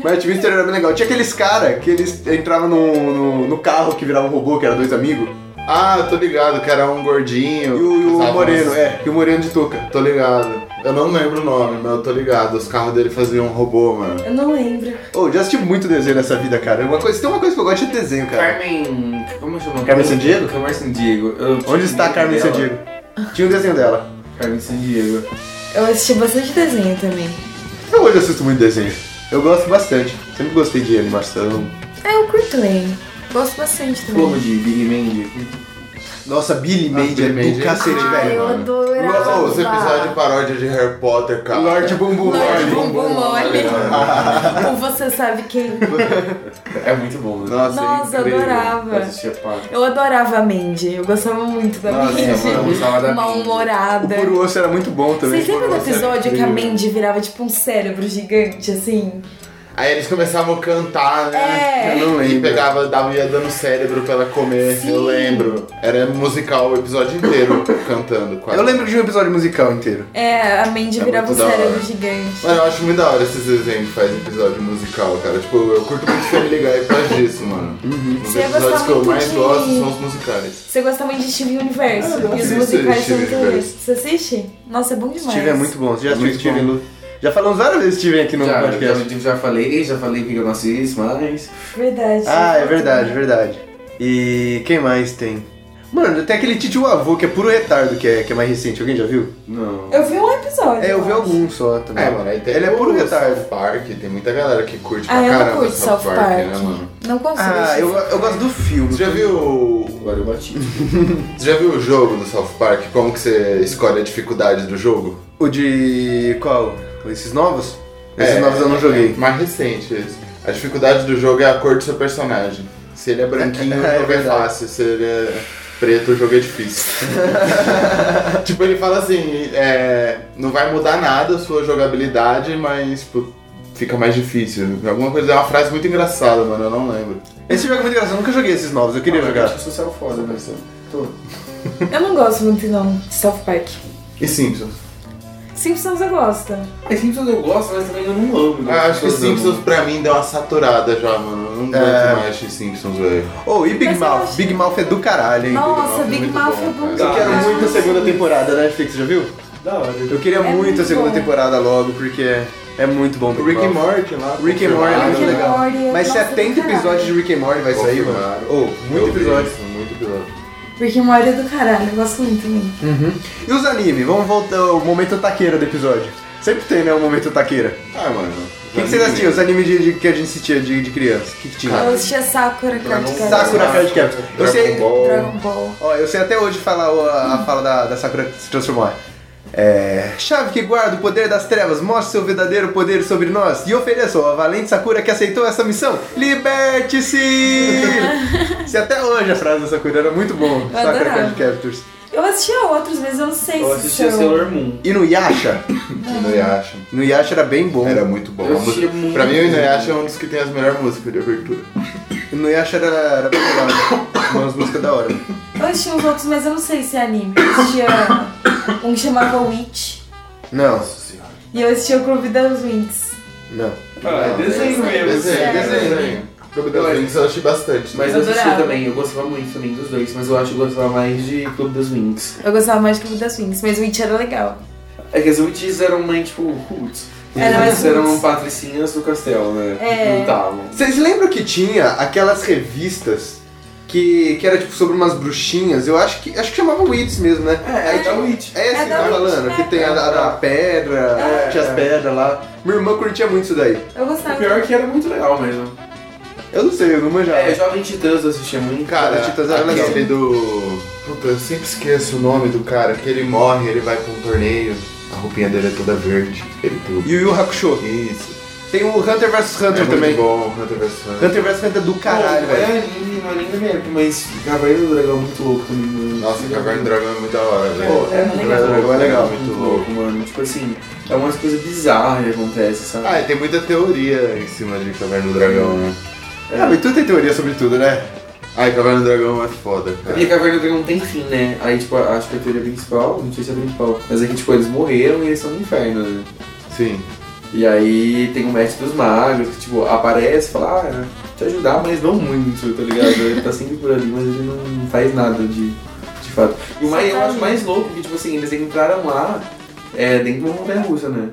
Speaker 1: Martin Mystery era bem legal. Tinha aqueles caras que eles entravam no, no, no carro que virava um robô, que era dois amigos.
Speaker 4: Ah, tô ligado, que era um
Speaker 1: E
Speaker 4: gordinho.
Speaker 1: o, e o
Speaker 4: usava
Speaker 1: Moreno,
Speaker 4: umas-
Speaker 1: é, e o Moreno de touca.
Speaker 4: Tô ligado. Eu não lembro o nome, mas eu tô ligado. Os carros dele faziam um robô, mano.
Speaker 2: Eu não lembro.
Speaker 1: Ô, já assisti muito desenho nessa vida, cara. Uma coisa, tem uma coisa que eu gosto de desenho, cara.
Speaker 3: Carmen... Como chama?
Speaker 1: Carmen Sandiego?
Speaker 3: Carmen Sandiego. Eu tinha
Speaker 1: Onde está a
Speaker 3: medo
Speaker 1: Carmen
Speaker 3: dela.
Speaker 1: Sandiego? Tinha um desenho dela.
Speaker 3: Carmen Sandiego.
Speaker 2: Eu assisti bastante desenho também.
Speaker 1: Eu hoje assisto muito desenho. Eu gosto bastante. Sempre gostei de animação.
Speaker 2: É, eu curto lembro. Gosto bastante também.
Speaker 3: Como de Big Mandy.
Speaker 1: Nossa, Billy Mandy é
Speaker 4: Billy
Speaker 1: do
Speaker 4: Mandy é
Speaker 1: cacete,
Speaker 4: incrível,
Speaker 2: Ai,
Speaker 1: velho.
Speaker 2: eu
Speaker 4: mano.
Speaker 2: adorava.
Speaker 1: Nossa,
Speaker 4: Os episódios de paródia de Harry Potter, cara.
Speaker 1: Ah, Lorde Bumbum
Speaker 2: Lorde
Speaker 1: Mole.
Speaker 2: Bumbum Mole.
Speaker 4: Mole.
Speaker 2: Ou você sabe quem?
Speaker 3: É muito bom, né?
Speaker 4: Nossa,
Speaker 2: Nossa, eu
Speaker 4: incrível.
Speaker 3: Eu
Speaker 2: adorava.
Speaker 3: assistia pá.
Speaker 2: Eu adorava a Mandy. Eu gostava muito da
Speaker 1: Nossa,
Speaker 3: mano, eu gostava da
Speaker 2: Mandy.
Speaker 3: Mandy.
Speaker 1: O
Speaker 2: Mal-humorada.
Speaker 1: Puro Osso era muito bom também.
Speaker 2: Vocês lembram do
Speaker 4: Nossa,
Speaker 2: episódio que a
Speaker 4: incrível.
Speaker 2: Mandy virava tipo um cérebro gigante, assim?
Speaker 4: Aí eles começavam a cantar, né?
Speaker 2: É.
Speaker 1: Eu não
Speaker 4: E
Speaker 1: lembro.
Speaker 4: pegava, dava, ia dando cérebro pra ela comer,
Speaker 2: Sim.
Speaker 4: eu lembro. Era musical o episódio inteiro cantando quase.
Speaker 1: Eu lembro de um episódio musical inteiro.
Speaker 2: É, a Mandy
Speaker 4: É
Speaker 2: virava um
Speaker 4: muito da
Speaker 2: cérebro
Speaker 4: hora.
Speaker 2: gigante.
Speaker 4: Mano, eu acho muito da hora esses desenhos que faz episódio musical, cara. Tipo, eu curto muito Family Guy por causa disso, mano. Um dos
Speaker 2: Você ia
Speaker 4: episódios
Speaker 2: gostar
Speaker 4: que eu
Speaker 2: muito
Speaker 4: mais
Speaker 2: de-
Speaker 4: gosto são os musicais.
Speaker 2: Você gosta muito de Steve Universo.
Speaker 4: Ah, eu
Speaker 2: e os
Speaker 4: assisto
Speaker 2: musicais são
Speaker 4: Steven
Speaker 2: muito
Speaker 4: Universe.
Speaker 2: legais. Você assiste? Nossa, é bom demais.
Speaker 1: Steven é muito bom. Você já
Speaker 3: É
Speaker 1: assistiu
Speaker 3: muito
Speaker 1: Steven
Speaker 3: bom.
Speaker 1: Lu? Já falamos várias vezes Steven aqui no
Speaker 3: Já, já,
Speaker 1: podcast.
Speaker 3: já falei, já falei que eu não assisto mais.
Speaker 2: Verdade.
Speaker 1: Ah, é verdade, verdade. E quem mais tem? Mano, tem aquele Tite o Avô, que é puro retardo, que é, que é mais recente. Alguém já viu?
Speaker 3: Não.
Speaker 2: Eu vi um episódio.
Speaker 1: É, eu vi
Speaker 2: acho.
Speaker 1: algum só também.
Speaker 4: É, mano, aí tem
Speaker 1: Ele é
Speaker 4: o
Speaker 1: puro retardo.
Speaker 4: South Park, tem muita galera que curte
Speaker 2: Ah,
Speaker 4: pra
Speaker 2: eu não
Speaker 4: caramba
Speaker 2: curto South Park.
Speaker 4: né, mano?
Speaker 2: Não consigo.
Speaker 1: Ah,
Speaker 2: assistir.
Speaker 1: eu, eu gosto do filme.
Speaker 4: Você já viu o-
Speaker 3: Agora eu bati.
Speaker 4: Você já viu o jogo do South Park? Como que você escolhe a dificuldade do jogo?
Speaker 1: O de. qual? Esses novos? Esses
Speaker 4: É,
Speaker 1: novos eu não joguei.
Speaker 4: Mais recente esse. A dificuldade do jogo é a cor do seu personagem. Se ele é branquinho,
Speaker 1: É,
Speaker 4: o
Speaker 1: é
Speaker 4: jogo é
Speaker 1: verdade.
Speaker 4: fácil. Se ele é preto, o jogo é difícil. tipo, ele fala assim, é, não vai mudar nada a sua jogabilidade, mas tipo, fica mais difícil. Alguma coisa, é uma frase muito engraçada, mano, eu não lembro.
Speaker 1: Esse jogo é muito engraçado, eu nunca joguei esses novos, eu queria jogar.
Speaker 3: Eu social foda, né? Tô.
Speaker 2: Eu não gosto muito, não, de South Park.
Speaker 4: E Simpsons?
Speaker 2: Simpsons eu gosto.
Speaker 3: É Simpsons eu gosto, mas também eu não amo. né?
Speaker 4: Ah, acho que
Speaker 3: Todos eu
Speaker 4: Simpsons
Speaker 3: amo.
Speaker 4: pra mim deu uma saturada já, mano. Eu não aguento
Speaker 1: É.
Speaker 4: mais de Simpsons, velho.
Speaker 1: Oh, e Big
Speaker 2: Mas eu
Speaker 1: Mouth?
Speaker 2: acho-
Speaker 1: Big Mouth é do caralho, hein?
Speaker 2: Nossa, Big
Speaker 4: muito
Speaker 2: Mouth
Speaker 4: bom,
Speaker 2: é bom
Speaker 4: cara.
Speaker 1: Eu quero
Speaker 2: demais.
Speaker 1: muito a segunda temporada da Netflix, já viu?
Speaker 3: Da hora.
Speaker 1: Eu queria
Speaker 2: É
Speaker 1: muito a
Speaker 2: muito
Speaker 1: segunda
Speaker 2: bom.
Speaker 1: temporada logo, porque é- é muito bom.
Speaker 4: O
Speaker 1: Big
Speaker 4: Rick and
Speaker 1: Mouth.
Speaker 4: Morty lá.
Speaker 1: Rick and Morty é
Speaker 4: confirmaram,
Speaker 1: muito
Speaker 2: Rick and
Speaker 1: legal.
Speaker 2: Morty é-
Speaker 1: Mas
Speaker 2: nossa,
Speaker 1: 70
Speaker 2: do caralho.
Speaker 1: episódios de Rick and Morty vai sair, mano.
Speaker 4: Confirmaram.
Speaker 1: Oh,
Speaker 4: Eu
Speaker 1: muito
Speaker 4: vi
Speaker 1: episódio.
Speaker 4: isso, Muito episódio.
Speaker 2: Porque Mori é do caralho, eu gosto muito também.
Speaker 1: Hum. E os animes? Vamos voltar ao momento taqueira do episódio. Sempre tem, né, o momento taqueira.
Speaker 4: Ah, mano.
Speaker 1: O que, que vocês assistiam? Os animes de, de- que a gente assistia de, de criança? O que, que tinha?
Speaker 2: Eu assistia Sakura Card Captor,
Speaker 1: Sakura Card Captor. Eu sei,
Speaker 4: Ball.
Speaker 2: Dragon Ball.
Speaker 1: ó, eu sei até hoje falar o- a, a fala da, da Sakura se transformar. É, chave que guarda o poder das trevas, mostre seu verdadeiro poder sobre nós e ofereça a valente Sakura que aceitou essa missão. Liberte-se! Se até hoje a frase da Sakura era muito bom. Sakura
Speaker 2: adorava.
Speaker 1: Card Captors.
Speaker 2: Eu Eu assistia outros, mas é um- eu não sei
Speaker 3: Eu
Speaker 2: se
Speaker 3: assistia
Speaker 2: são.
Speaker 3: Sailor Moon.
Speaker 1: E no Yasha?
Speaker 4: Inuyasha.
Speaker 1: No Yasha era bem bom.
Speaker 4: Era muito bom.
Speaker 3: Eu
Speaker 4: A música-
Speaker 3: achei muito
Speaker 4: pra mim, o
Speaker 3: bom.
Speaker 4: Inuyasha é um dos que tem as melhores músicas de abertura.
Speaker 1: E No Yasha era, era bem legal. né? Umas músicas da hora.
Speaker 2: Eu assistia uns outros, mas eu não sei se é anime. Eu assistia um que chamava Witch.
Speaker 1: Não,
Speaker 2: E eu assistia o Clube das Winx.
Speaker 1: não.
Speaker 3: Ah, é desenho mesmo. é
Speaker 4: Desenho,
Speaker 3: desenho.
Speaker 4: desenho. Clube das Wings eu achei bastante. né?
Speaker 3: Mas
Speaker 2: Eu
Speaker 3: eu assistia
Speaker 2: adorava.
Speaker 3: também, eu gostava muito também dos dois, mas eu acho que eu gostava mais de Clube dos Wings.
Speaker 2: Eu gostava mais do Clube das Winx, mas o Witch era legal.
Speaker 3: É que as Witches eram mais, tipo, roots. Os
Speaker 2: Era mais
Speaker 3: Witches eram
Speaker 2: roots.
Speaker 3: patricinhas do castelo, né?
Speaker 2: É.
Speaker 3: Não estavam.
Speaker 1: Vocês lembram que tinha aquelas revistas que, que era tipo sobre umas bruxinhas? Eu acho que acho que chamava Wits mesmo, né?
Speaker 3: É,
Speaker 1: Aí
Speaker 3: era
Speaker 1: tinha-
Speaker 3: da Witch.
Speaker 1: É esse
Speaker 2: É
Speaker 1: que
Speaker 2: da
Speaker 1: tá
Speaker 2: Witch,
Speaker 1: falando,
Speaker 2: é.
Speaker 1: que tem a, a da pedra,
Speaker 3: É,
Speaker 1: tinha as
Speaker 3: é.
Speaker 1: pedras lá. Minha irmã curtia muito isso daí.
Speaker 2: Eu
Speaker 3: O
Speaker 2: gostava.
Speaker 3: pior é que era muito legal mesmo.
Speaker 1: Eu não sei, eu não manjava.
Speaker 3: É, Jovem Titãs eu assistia muito.
Speaker 4: Cara,
Speaker 1: Titas era legal.
Speaker 4: aquele do. Puta, eu sempre esqueço o nome do cara, que ele morre, ele vai pra um torneio, a roupinha dele é toda verde, ele tudo.
Speaker 1: E o Yu Hakusho.
Speaker 4: Isso.
Speaker 1: Tem o Hunter vs
Speaker 4: É
Speaker 1: Hunter também.
Speaker 4: muito bom, Hunter vs Hunter.
Speaker 1: Hunter vs Hunter é do caralho,
Speaker 3: Pô,
Speaker 1: velho.
Speaker 3: É anime, não é nem da minha época, mas Cavaleiro do Dragão é muito louco também. mano.
Speaker 4: Nossa, Caverna do Dragão é muito da hora, velho.
Speaker 3: Pô, é
Speaker 2: muito
Speaker 4: Caverna do Dragão é legal,
Speaker 3: muito
Speaker 4: muito louco.
Speaker 3: louco, mano. Tipo assim, é umas coisas bizarras que acontecem, sabe?
Speaker 4: Ah, e tem muita teoria em cima de Caverna do Dragão, né?
Speaker 1: Ah, mas tu tem teoria sobre tudo, né?
Speaker 4: Ai, Caverna do Dragão é foda, cara.
Speaker 3: E a Caverna do Dragão tem fim, né? Aí, tipo, acho que a teoria principal, não sei se é a principal, mas é que, tipo, eles morreram e eles estão no inferno, né?
Speaker 4: Sim.
Speaker 3: E aí tem o mestre dos magos que, tipo, aparece e fala, ah, te ajudar, mas não muito, tá ligado? Ele tá sempre por ali, mas ele não faz nada de, de fato. E o mais, eu acho mais louco que, tipo assim, eles entraram lá é, dentro de uma montanha russa, né?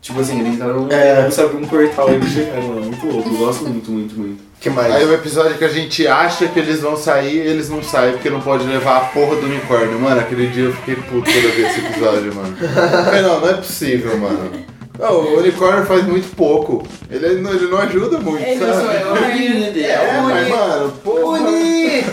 Speaker 3: Tipo assim, eles entraram numa montanha russa, abriu um portal e eles chegaram lá. Muito louco, eu gosto muito, muito, muito.
Speaker 1: que mais?
Speaker 4: Aí o episódio que a gente acha que eles vão sair, eles não saem porque não pode levar a porra do unicórnio. Mano, aquele dia eu fiquei puto quando eu vi esse episódio, mano. Falei, não, não é possível, mano. Não, o unicórnio faz muito pouco. Ele não, ele não ajuda muito,
Speaker 2: Ele
Speaker 4: sabe?
Speaker 2: só é uma
Speaker 3: amiguinha dele.
Speaker 4: É, mas, mano, porra.
Speaker 1: Uni!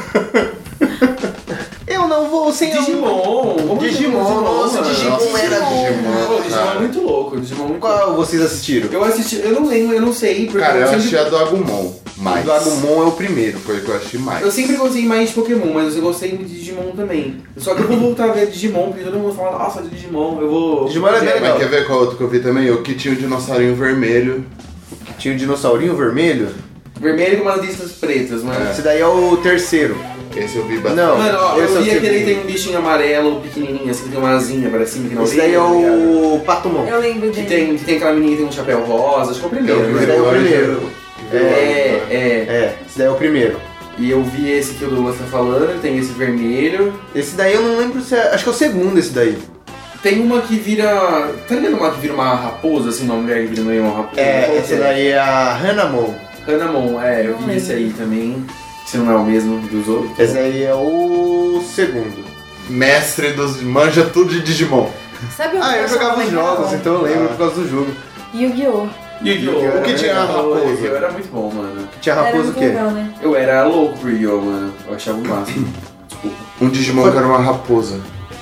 Speaker 1: Eu não vou sem a Uni.
Speaker 3: é, Digimon! vamos ver
Speaker 1: Digimon, nossa,
Speaker 3: mano.
Speaker 1: Digimon era
Speaker 4: Digimon,
Speaker 3: Pô, Digimon é
Speaker 4: cara.
Speaker 3: muito louco, Digimon é muito louco.
Speaker 1: Qual vocês assistiram?
Speaker 3: Eu assisti, eu não lembro, eu não sei, porque
Speaker 4: Cara,
Speaker 3: eu
Speaker 4: eu
Speaker 3: sempre-
Speaker 4: achei a do Agumon, mas...
Speaker 1: O do Agumon é o primeiro.
Speaker 4: Foi o que eu achei mais.
Speaker 3: Eu sempre gostei mais de Pokémon, mas eu gostei muito de Digimon também. Só que eu vou voltar a ver Digimon, porque todo mundo fala, nossa, Digimon, eu vou.
Speaker 1: Digimon era bem
Speaker 4: Mas
Speaker 1: legal.
Speaker 4: quer ver qual outro que eu vi também? O que tinha o dinossaurinho vermelho.
Speaker 1: Tinha o dinossaurinho vermelho.
Speaker 3: Vermelho com umas listas pretas, mano.
Speaker 1: Esse daí é o terceiro.
Speaker 4: Esse eu vi bastante.
Speaker 1: Não.
Speaker 3: Mano, ó,
Speaker 1: Esse é
Speaker 3: eu
Speaker 1: o
Speaker 3: vi aquele
Speaker 1: segundo.
Speaker 3: que tem um bichinho amarelo, pequenininho, assim, que tem uma asinha pra cima, que não tá
Speaker 1: Esse daí é o Patomon.
Speaker 2: Eu lembro
Speaker 3: Que
Speaker 2: dele.
Speaker 3: tem, que tem aquela menina que tem um chapéu rosa, acho que é o
Speaker 4: Eu vi
Speaker 3: primeiro,
Speaker 1: Esse
Speaker 3: né?
Speaker 1: daí é o
Speaker 4: Agora
Speaker 1: primeiro.
Speaker 4: né?
Speaker 3: É, é.
Speaker 1: É, esse daí é o primeiro.
Speaker 3: E eu vi esse que o Douglas tá falando, tem esse vermelho.
Speaker 1: Esse daí eu não lembro se é. Acho que é o segundo esse daí.
Speaker 3: Tem uma que vira. Tá ligado uma que vira uma raposa, assim, uma mulher que vira meio uma raposa?
Speaker 1: É,
Speaker 3: Qual que
Speaker 1: esse daí é a Hanamon.
Speaker 3: Hanamon, é, eu
Speaker 2: Não
Speaker 3: vi esse aí
Speaker 2: lembro.
Speaker 3: também. Se não é o mesmo dos outros.
Speaker 1: Esse daí é o segundo.
Speaker 4: Mestre dos... Manja tudo de Digimon.
Speaker 2: Sabe o
Speaker 1: Ah, eu jogava os jogos, assim. então eu lembro por causa do jogo.
Speaker 2: Yu-Gi-Oh!
Speaker 3: Yu-Gi-Oh!
Speaker 4: O que tinha
Speaker 3: Eu
Speaker 4: a raposa?
Speaker 3: era- Eu era muito bom, mano.
Speaker 1: Tinha
Speaker 2: Era
Speaker 1: raposa o
Speaker 2: muito
Speaker 1: quê?
Speaker 2: legal, né?
Speaker 3: Eu era louco pro Yu-Gi-Oh, mano. Eu achava o máximo. Desculpa.
Speaker 4: Um Digimon que era uma raposa.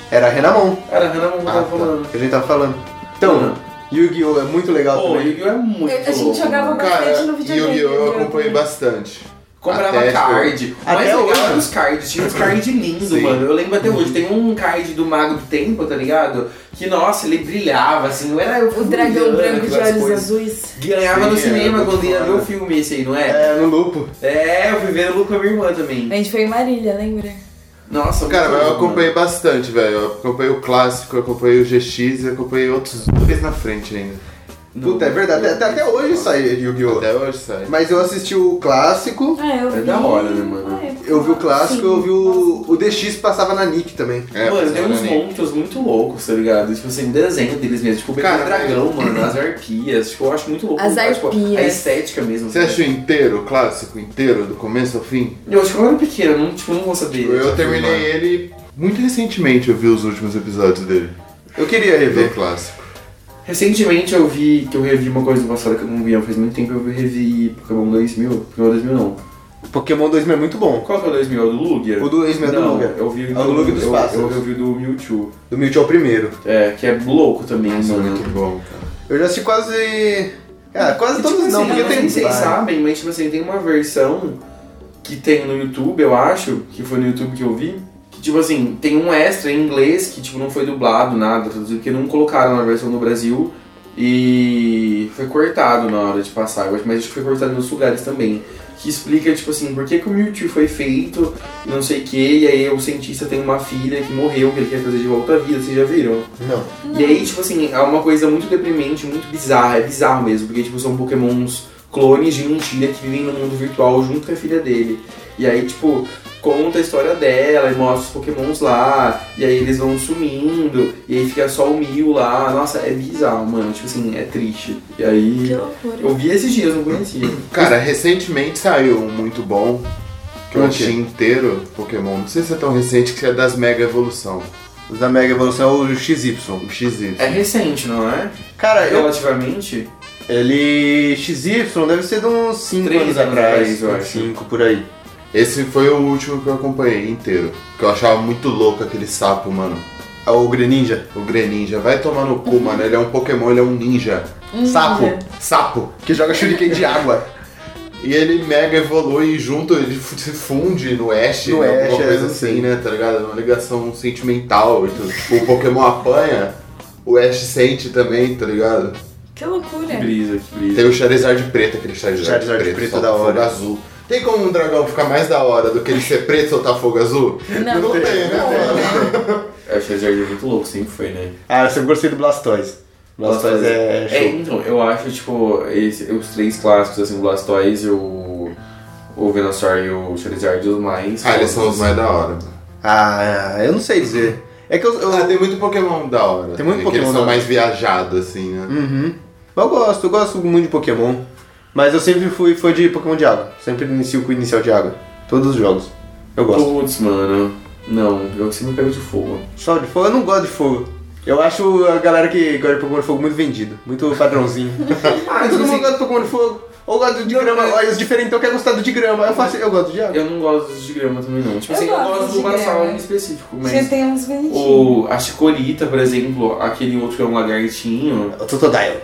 Speaker 1: Era a Renamon,
Speaker 3: Era a Hannah Montana
Speaker 4: Ah, tá.
Speaker 3: falando.
Speaker 1: que a gente tava falando. Então, Yu-Gi-Oh! é muito
Speaker 4: tá
Speaker 1: legal
Speaker 3: Pô,
Speaker 1: também.
Speaker 3: Yu-Gi-Oh é muito
Speaker 2: Eu- a gente
Speaker 3: louco,
Speaker 2: jogava
Speaker 3: mano.
Speaker 4: Cara,
Speaker 2: Bastante no videogame,
Speaker 4: Yu-Gi-Oh! eu
Speaker 2: né?
Speaker 4: acompanhei bastante.
Speaker 3: Comprava
Speaker 4: até, tipo,
Speaker 3: card. O mais
Speaker 1: até
Speaker 3: legal
Speaker 1: hoje.
Speaker 3: era os cards. Tinha uns cards lindos,
Speaker 4: Sim. Uhum.
Speaker 3: mano. Eu lembro até hoje. Tem um card do Mago do Tempo, tá ligado? Que, nossa, ele brilhava, assim. Não era...
Speaker 2: O dragão branco de olhos azuis.
Speaker 3: Ganhava
Speaker 4: Sim,
Speaker 3: no
Speaker 4: era
Speaker 3: cinema
Speaker 4: muito
Speaker 3: quando ia
Speaker 4: foda.
Speaker 3: ver o filme esse aí, não é?
Speaker 1: É, no lupo.
Speaker 3: É, eu fui ver o Lu com a minha irmã também.
Speaker 2: A gente foi em Marília, lembra?
Speaker 3: Nossa,
Speaker 4: Cara,
Speaker 3: muito
Speaker 4: mas eu
Speaker 3: louco,
Speaker 4: acompanhei bastante, velho. Eu acompanhei o clássico, eu acompanhei o GX e acompanhei outros dois na frente ainda.
Speaker 3: mano.
Speaker 1: Puta, é verdade. Até, até hoje sai Yu-Gi-Oh!
Speaker 4: Até hoje sai.
Speaker 1: Mas eu assisti o clássico,
Speaker 2: Ah, eu
Speaker 3: É
Speaker 2: vi.
Speaker 3: da hora, né, mano?
Speaker 2: Ah, vi
Speaker 1: eu vi o clássico,
Speaker 2: Sim.
Speaker 1: eu vi o. O DX passava na Nick também.
Speaker 4: É,
Speaker 3: mano, tem
Speaker 4: passava
Speaker 3: uns
Speaker 4: na
Speaker 3: monstros muito loucos, tá ligado? Tipo assim, desenho deles mesmo. Tipo, o Beco
Speaker 4: Cara,
Speaker 3: Dragão, mano, as arpias. Tipo, eu acho muito louco.
Speaker 2: As
Speaker 3: tá? Tipo, a
Speaker 2: arpias.
Speaker 3: estética mesmo.
Speaker 4: Você
Speaker 3: sabe?
Speaker 4: achou inteiro, o clássico inteiro, do começo ao fim? Uhum.
Speaker 3: Eu acho que eu era pequeno, eu não, tipo, não vou saber.
Speaker 4: Eu terminei ele muito recentemente, eu vi os últimos episódios dele.
Speaker 1: Eu queria
Speaker 4: Do
Speaker 1: rever.
Speaker 4: clássico.
Speaker 3: Recentemente eu vi que eu revi uma coisa do passado que eu não via faz muito tempo. Eu revi Pokémon 2000. Pokémon 2000 não.
Speaker 1: Pokémon 2000 é muito bom.
Speaker 3: Qual que é o 2000? É o do Lugia?
Speaker 1: O do 2000 é do
Speaker 3: Não,
Speaker 1: Lugia.
Speaker 3: Eu vi
Speaker 1: É o do Lugia dos
Speaker 3: eu-
Speaker 1: pássaros.
Speaker 3: Eu, eu vi do Mewtwo.
Speaker 1: Do Mewtwo é o primeiro.
Speaker 3: É, que é louco também,
Speaker 4: Isso é
Speaker 3: mano.
Speaker 4: muito bom, cara.
Speaker 1: Eu já assisti quase. Cara, quase
Speaker 3: E,
Speaker 1: todos
Speaker 3: tipo,
Speaker 1: não,
Speaker 3: assim,
Speaker 1: porque
Speaker 3: eu não sei
Speaker 1: tem
Speaker 3: se vocês
Speaker 1: vários.
Speaker 3: sabem, mas tipo assim, tem uma versão que tem no YouTube, eu acho, que foi no YouTube que eu vi, que Tipo assim, tem um extra em inglês que tipo, não foi dublado, nada, traduzido, que não colocaram na versão do Brasil e foi cortado na hora de passar, eu acho, mas acho que foi cortado em outros lugares também. Que explica, tipo assim, por que, que o Mewtwo foi feito, não sei o que, e aí o cientista tem uma filha que morreu, que ele quer trazer de volta à vida, vocês já viram?
Speaker 1: Não.
Speaker 3: E aí, tipo assim, é uma coisa muito deprimente, muito bizarra, é bizarro mesmo, porque tipo, são pokémons clones de mentira que vivem no mundo virtual junto com a filha dele. E aí, tipo, conta a história dela e mostra os pokémons lá, e aí eles vão sumindo, e aí fica só o Mil lá. Nossa, é bizarro, mano, tipo assim, é triste. E
Speaker 2: Que
Speaker 3: aí,
Speaker 2: loucura.
Speaker 3: eu vi esses dias, não conhecia.
Speaker 4: Cara, recentemente saiu um muito bom que eu
Speaker 1: O quê?
Speaker 4: achei inteiro Pokémon. Não sei se é tão recente que é das Mega Evolução,
Speaker 1: Os da Mega Evolução é o XY.
Speaker 4: o XY.
Speaker 3: É recente, não é?
Speaker 1: Cara, eu,
Speaker 3: Relativamente.
Speaker 1: ele. XY deve ser de uns 5
Speaker 3: Três
Speaker 1: anos
Speaker 3: anos
Speaker 1: atrás.
Speaker 3: atrás, eu acho.
Speaker 1: 5 por aí.
Speaker 4: Esse foi o último que eu acompanhei inteiro. Que eu achava muito louco aquele sapo, mano.
Speaker 1: Ah, O Greninja.
Speaker 4: O Greninja. Vai tomar no cu, mano. Ele é um Pokémon, ele é um ninja.
Speaker 1: Sapo.
Speaker 4: Sapo.
Speaker 1: Que joga shuriken de água.
Speaker 4: E ele mega evolui junto, ele fu- se funde no Ash,
Speaker 1: No
Speaker 4: né, alguma
Speaker 1: Ash,
Speaker 4: coisa
Speaker 1: é,
Speaker 4: assim,
Speaker 1: sim.
Speaker 4: né? Tá ligado? É Uma ligação sentimental. e tudo. Tipo, o Pokémon apanha, o Ash sente também, tá ligado?
Speaker 2: Que loucura.
Speaker 3: Que brisa, que brisa.
Speaker 4: Tem o Charizard preto, aquele Charizard,
Speaker 1: Charizard preto
Speaker 4: solta
Speaker 1: da hora.
Speaker 4: Fogo azul. Tem como um dragão ficar mais da hora do que ele ser preto e soltar fogo azul?
Speaker 2: Não.
Speaker 4: tem, né?
Speaker 2: Não,
Speaker 4: mano?
Speaker 3: É, o Charizard é muito louco, sempre foi, né?
Speaker 1: Ah, eu sempre gostei do Blastoise. Blastoise é
Speaker 3: É,
Speaker 1: show.
Speaker 3: então, eu acho, tipo, esse- os três clássicos, assim, o Blastoise, o, o Venusaur e o Charizard, os mais.
Speaker 4: Ah, eles são os mais da hora.
Speaker 1: Ah, eu não sei dizer. É que eu. eu-
Speaker 4: Ah, tem muito Pokémon da hora.
Speaker 1: Tem muito
Speaker 4: também, que
Speaker 1: Pokémon
Speaker 4: Eles
Speaker 1: da
Speaker 4: são
Speaker 1: hora.
Speaker 4: mais viajados, assim, né?
Speaker 1: Uhum. Mas eu gosto, eu gosto muito de Pokémon. Mas eu sempre fui fã de Pokémon de água. Sempre inicio com o inicial de água. Todos os jogos. Eu gosto.
Speaker 3: Putz, mano. Não, eu sempre pego de fogo.
Speaker 1: Só de fogo? Eu não gosto de fogo. Eu acho a galera que gosta de Pokémon de fogo muito vendido. Muito padrãozinho.
Speaker 3: tipo
Speaker 1: ah,
Speaker 3: assim,
Speaker 1: todo mundo gosta de Pokémon de fogo. Ou gosta de grama. Olha, os diferentão quer gostar do de grama. Eu faço, eu gosto de água.
Speaker 3: Eu não gosto dos de grama também, não. Tipo
Speaker 2: Eu
Speaker 3: assim, eu
Speaker 2: gosto
Speaker 3: gosto
Speaker 2: de
Speaker 3: do Massal
Speaker 2: grama.
Speaker 3: em específico,
Speaker 2: Você
Speaker 3: mas.
Speaker 2: tem uns bonitinhos.
Speaker 3: O, a Chicorita, por exemplo, aquele outro que é um lagartinho.
Speaker 1: O Totodile.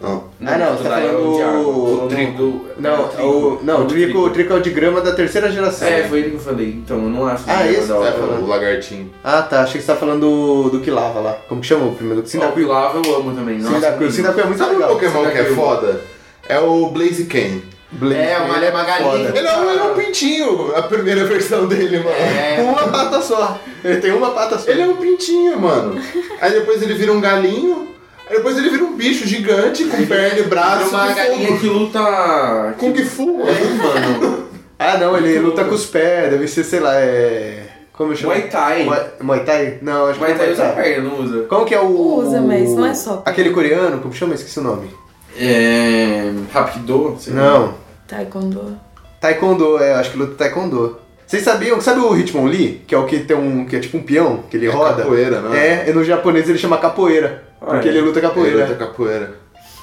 Speaker 4: Não.
Speaker 1: Ah, não, você tá
Speaker 3: daí é
Speaker 1: falando
Speaker 3: de água,
Speaker 1: o
Speaker 3: tô falando
Speaker 1: Trico.
Speaker 3: do-
Speaker 1: Não,
Speaker 3: é,
Speaker 1: o, não, o trico, o trico é o de grama da terceira geração.
Speaker 3: É, foi ele que eu falei, então eu não acho.
Speaker 1: Ah,
Speaker 3: de grama
Speaker 1: esse?
Speaker 3: da
Speaker 4: É,
Speaker 3: hora.
Speaker 4: o lagartinho.
Speaker 1: Ah, tá. Achei que você tá falando do, do que lava lá. Como que chama o primeiro?
Speaker 3: Ó, O
Speaker 1: Sindacuil.
Speaker 3: Pilava eu amo também. nossa,
Speaker 1: Sindacuil.
Speaker 3: menino.
Speaker 1: Sindacuil é muito
Speaker 4: Sabe um
Speaker 1: legal.
Speaker 4: Pokémon que é
Speaker 3: Sabe o-
Speaker 4: foda? É o Blaziken.
Speaker 1: Blade.
Speaker 3: É, uma-
Speaker 1: Ele
Speaker 3: uma
Speaker 1: foda.
Speaker 3: galinha.
Speaker 4: Ele é, um, ele é um pintinho, a primeira versão dele, mano.
Speaker 1: Com uma pata só. É. Ele tem uma pata só.
Speaker 4: Ele é um pintinho, mano. Aí depois ele vira um galinho, aí depois ele vira um bicho gigante com perna e braço.
Speaker 3: uma
Speaker 4: e
Speaker 3: galinha
Speaker 4: fogo.
Speaker 3: que luta.
Speaker 1: um
Speaker 4: Kung Fu,
Speaker 3: É,
Speaker 4: mano.
Speaker 3: mano.
Speaker 1: Ah, não, ele luta com os pés, deve ser, sei lá, é. Como chama?
Speaker 3: Muay Thai.
Speaker 1: Muay- Muay Thai? Não, acho que não
Speaker 3: Muay
Speaker 1: é
Speaker 3: Thai
Speaker 1: Muay
Speaker 3: usa a
Speaker 1: Thai.
Speaker 3: perna, não usa?
Speaker 1: Como que é o.
Speaker 2: Usa, mas não é só.
Speaker 1: Aquele coreano, como chama? Esqueci o nome.
Speaker 3: É. Rapido? sei lá.
Speaker 1: Não.
Speaker 2: Taekwondo.
Speaker 1: Taekwondo, é, acho que luta Taekwondo. Vocês sabiam, sabe o Hitmonlee? Que é o que tem um. que é tipo um peão, que ele
Speaker 4: É
Speaker 1: roda?
Speaker 4: capoeira, né?
Speaker 1: É, e no japonês ele chama capoeira.
Speaker 3: Ah,
Speaker 1: porque
Speaker 3: é.
Speaker 1: ele luta
Speaker 4: Ele
Speaker 1: capoeira.
Speaker 4: luta capoeira.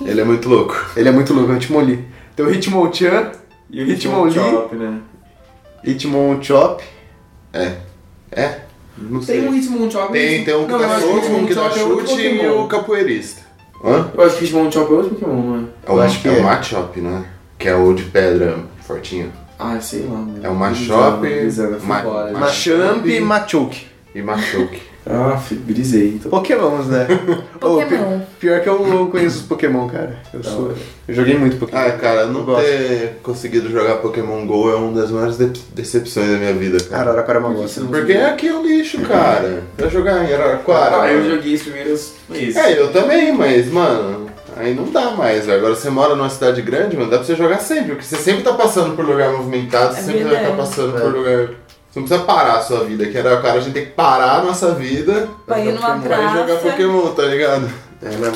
Speaker 4: Ele é muito louco.
Speaker 1: Ele é muito louco, é o Hitmonlee. Tem o Hitmonchan,
Speaker 3: E o
Speaker 1: Hitmonlee?
Speaker 3: Hitmonchop, né?
Speaker 1: Hitmonchop.
Speaker 4: É. É? Não sei.
Speaker 3: Tem um Hitmonchop.
Speaker 4: Tem, tem um que
Speaker 3: Não, eu
Speaker 4: dá
Speaker 3: acho que
Speaker 4: soco, um que dá
Speaker 3: Hitmonchop é outro
Speaker 4: chute um e
Speaker 3: Pokémon.
Speaker 4: o capoeirista. Hã?
Speaker 3: Eu acho que Hitmonchop é outro Pokémon, né?
Speaker 4: É o,
Speaker 1: Eu acho que
Speaker 4: é
Speaker 1: é.
Speaker 4: o Machop, né? Que é o de pedra fortinho.
Speaker 3: Ah, sei lá, mano.
Speaker 4: É o Machop, Ma- Ma-
Speaker 1: Machamp e Machoke.
Speaker 4: E Machoke.
Speaker 3: Ah, brisei. Então.
Speaker 1: Pokémons, né? Ô, pi-
Speaker 2: Pokémon.
Speaker 1: pior que eu conheço os Pokémon, cara. Eu, sou, eu joguei muito Pokémon.
Speaker 4: Tá ah, cara, não
Speaker 1: gosto.
Speaker 4: ter conseguido jogar Pokémon GO é uma das maiores de- decepções da minha vida, cara.
Speaker 1: Araraquara é uma bosta.
Speaker 4: Porque aqui é um lixo, cara. Pra jogar em Araraquara.
Speaker 3: Ah, eu joguei os primeiros meses.
Speaker 4: É, eu também, mas, mano, aí não dá mais, velho. Agora você mora numa cidade grande, mano, dá pra você jogar sempre, porque você sempre tá passando por lugar movimentado, você
Speaker 2: É
Speaker 4: sempre vai
Speaker 2: verdade.
Speaker 4: estar passando
Speaker 1: É.
Speaker 4: por lugar. Você não precisa parar a sua vida, que era o cara, a gente tem que parar a nossa vida
Speaker 2: Pra ir numa
Speaker 4: pra ir jogar
Speaker 2: praça.
Speaker 4: Pokémon, tá ligado?
Speaker 1: É, né?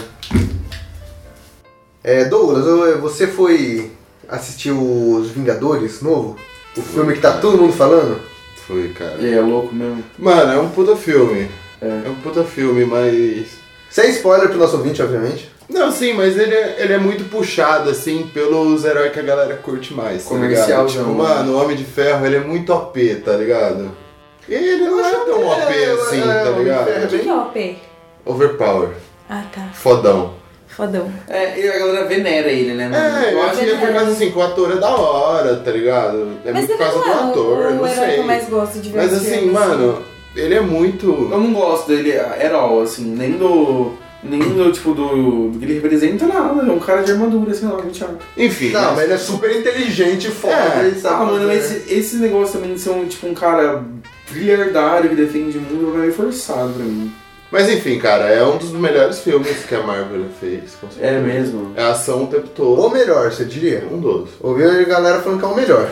Speaker 1: É, Douglas, eu- você foi assistir os Vingadores novo? O filme que tá todo mundo falando?
Speaker 4: Foi, cara.
Speaker 3: É, é louco mesmo.
Speaker 4: Mano, é um puta filme.
Speaker 3: É.
Speaker 4: É um puta filme, mas.
Speaker 1: Sem spoiler pro nosso ouvinte, obviamente.
Speaker 4: Não, sim, mas ele é, ele é muito puxado, assim, pelos heróis que a galera curte mais, tá ligado?
Speaker 3: Comercialzão,
Speaker 4: Tipo,
Speaker 3: né?
Speaker 4: mano, o Homem de Ferro, ele é muito OP, tá ligado? E ele não é tão OP
Speaker 1: é,
Speaker 4: assim,
Speaker 1: é,
Speaker 4: tá
Speaker 1: Homem de
Speaker 2: O
Speaker 1: Ferro.
Speaker 4: ligado?
Speaker 2: que, que é OP?
Speaker 4: Overpower,
Speaker 2: Ah, tá.
Speaker 4: fodão.
Speaker 2: Fodão.
Speaker 3: É, e a galera venera ele, né? mano?
Speaker 4: É, eu acho que é por causa assim, que o ator é da hora, tá ligado? É
Speaker 2: Mas
Speaker 4: muito por
Speaker 2: ele
Speaker 4: causa
Speaker 2: não
Speaker 4: do
Speaker 2: é o-
Speaker 4: ator,
Speaker 2: o
Speaker 4: não
Speaker 2: herói que
Speaker 4: sei.
Speaker 2: eu mais gosto de ver
Speaker 4: Mas
Speaker 2: nos
Speaker 4: assim,
Speaker 2: filmes.
Speaker 4: mano, Ele é muito.
Speaker 3: Eu não gosto dele at all, assim, nem do. Nem do tipo do. do que ele representa nada. É um cara de armadura, sei lá, muito chato.
Speaker 4: Enfim.
Speaker 1: Não, mas ele é super inteligente, foda,
Speaker 4: É.
Speaker 1: ele sabe
Speaker 3: Ah, mano,
Speaker 1: fazer.
Speaker 3: esse, esse negócio também de ser um, tipo, um cara trilhardário que defende o mundo é meio forçado pra mim.
Speaker 4: Mas enfim, cara, é um dos melhores filmes que a Marvel já fez. com certeza.
Speaker 3: É mesmo?
Speaker 4: É ação o tempo todo.
Speaker 1: Ou melhor, você diria?
Speaker 4: Um doce.
Speaker 1: Ouviu a galera falando que é o melhor.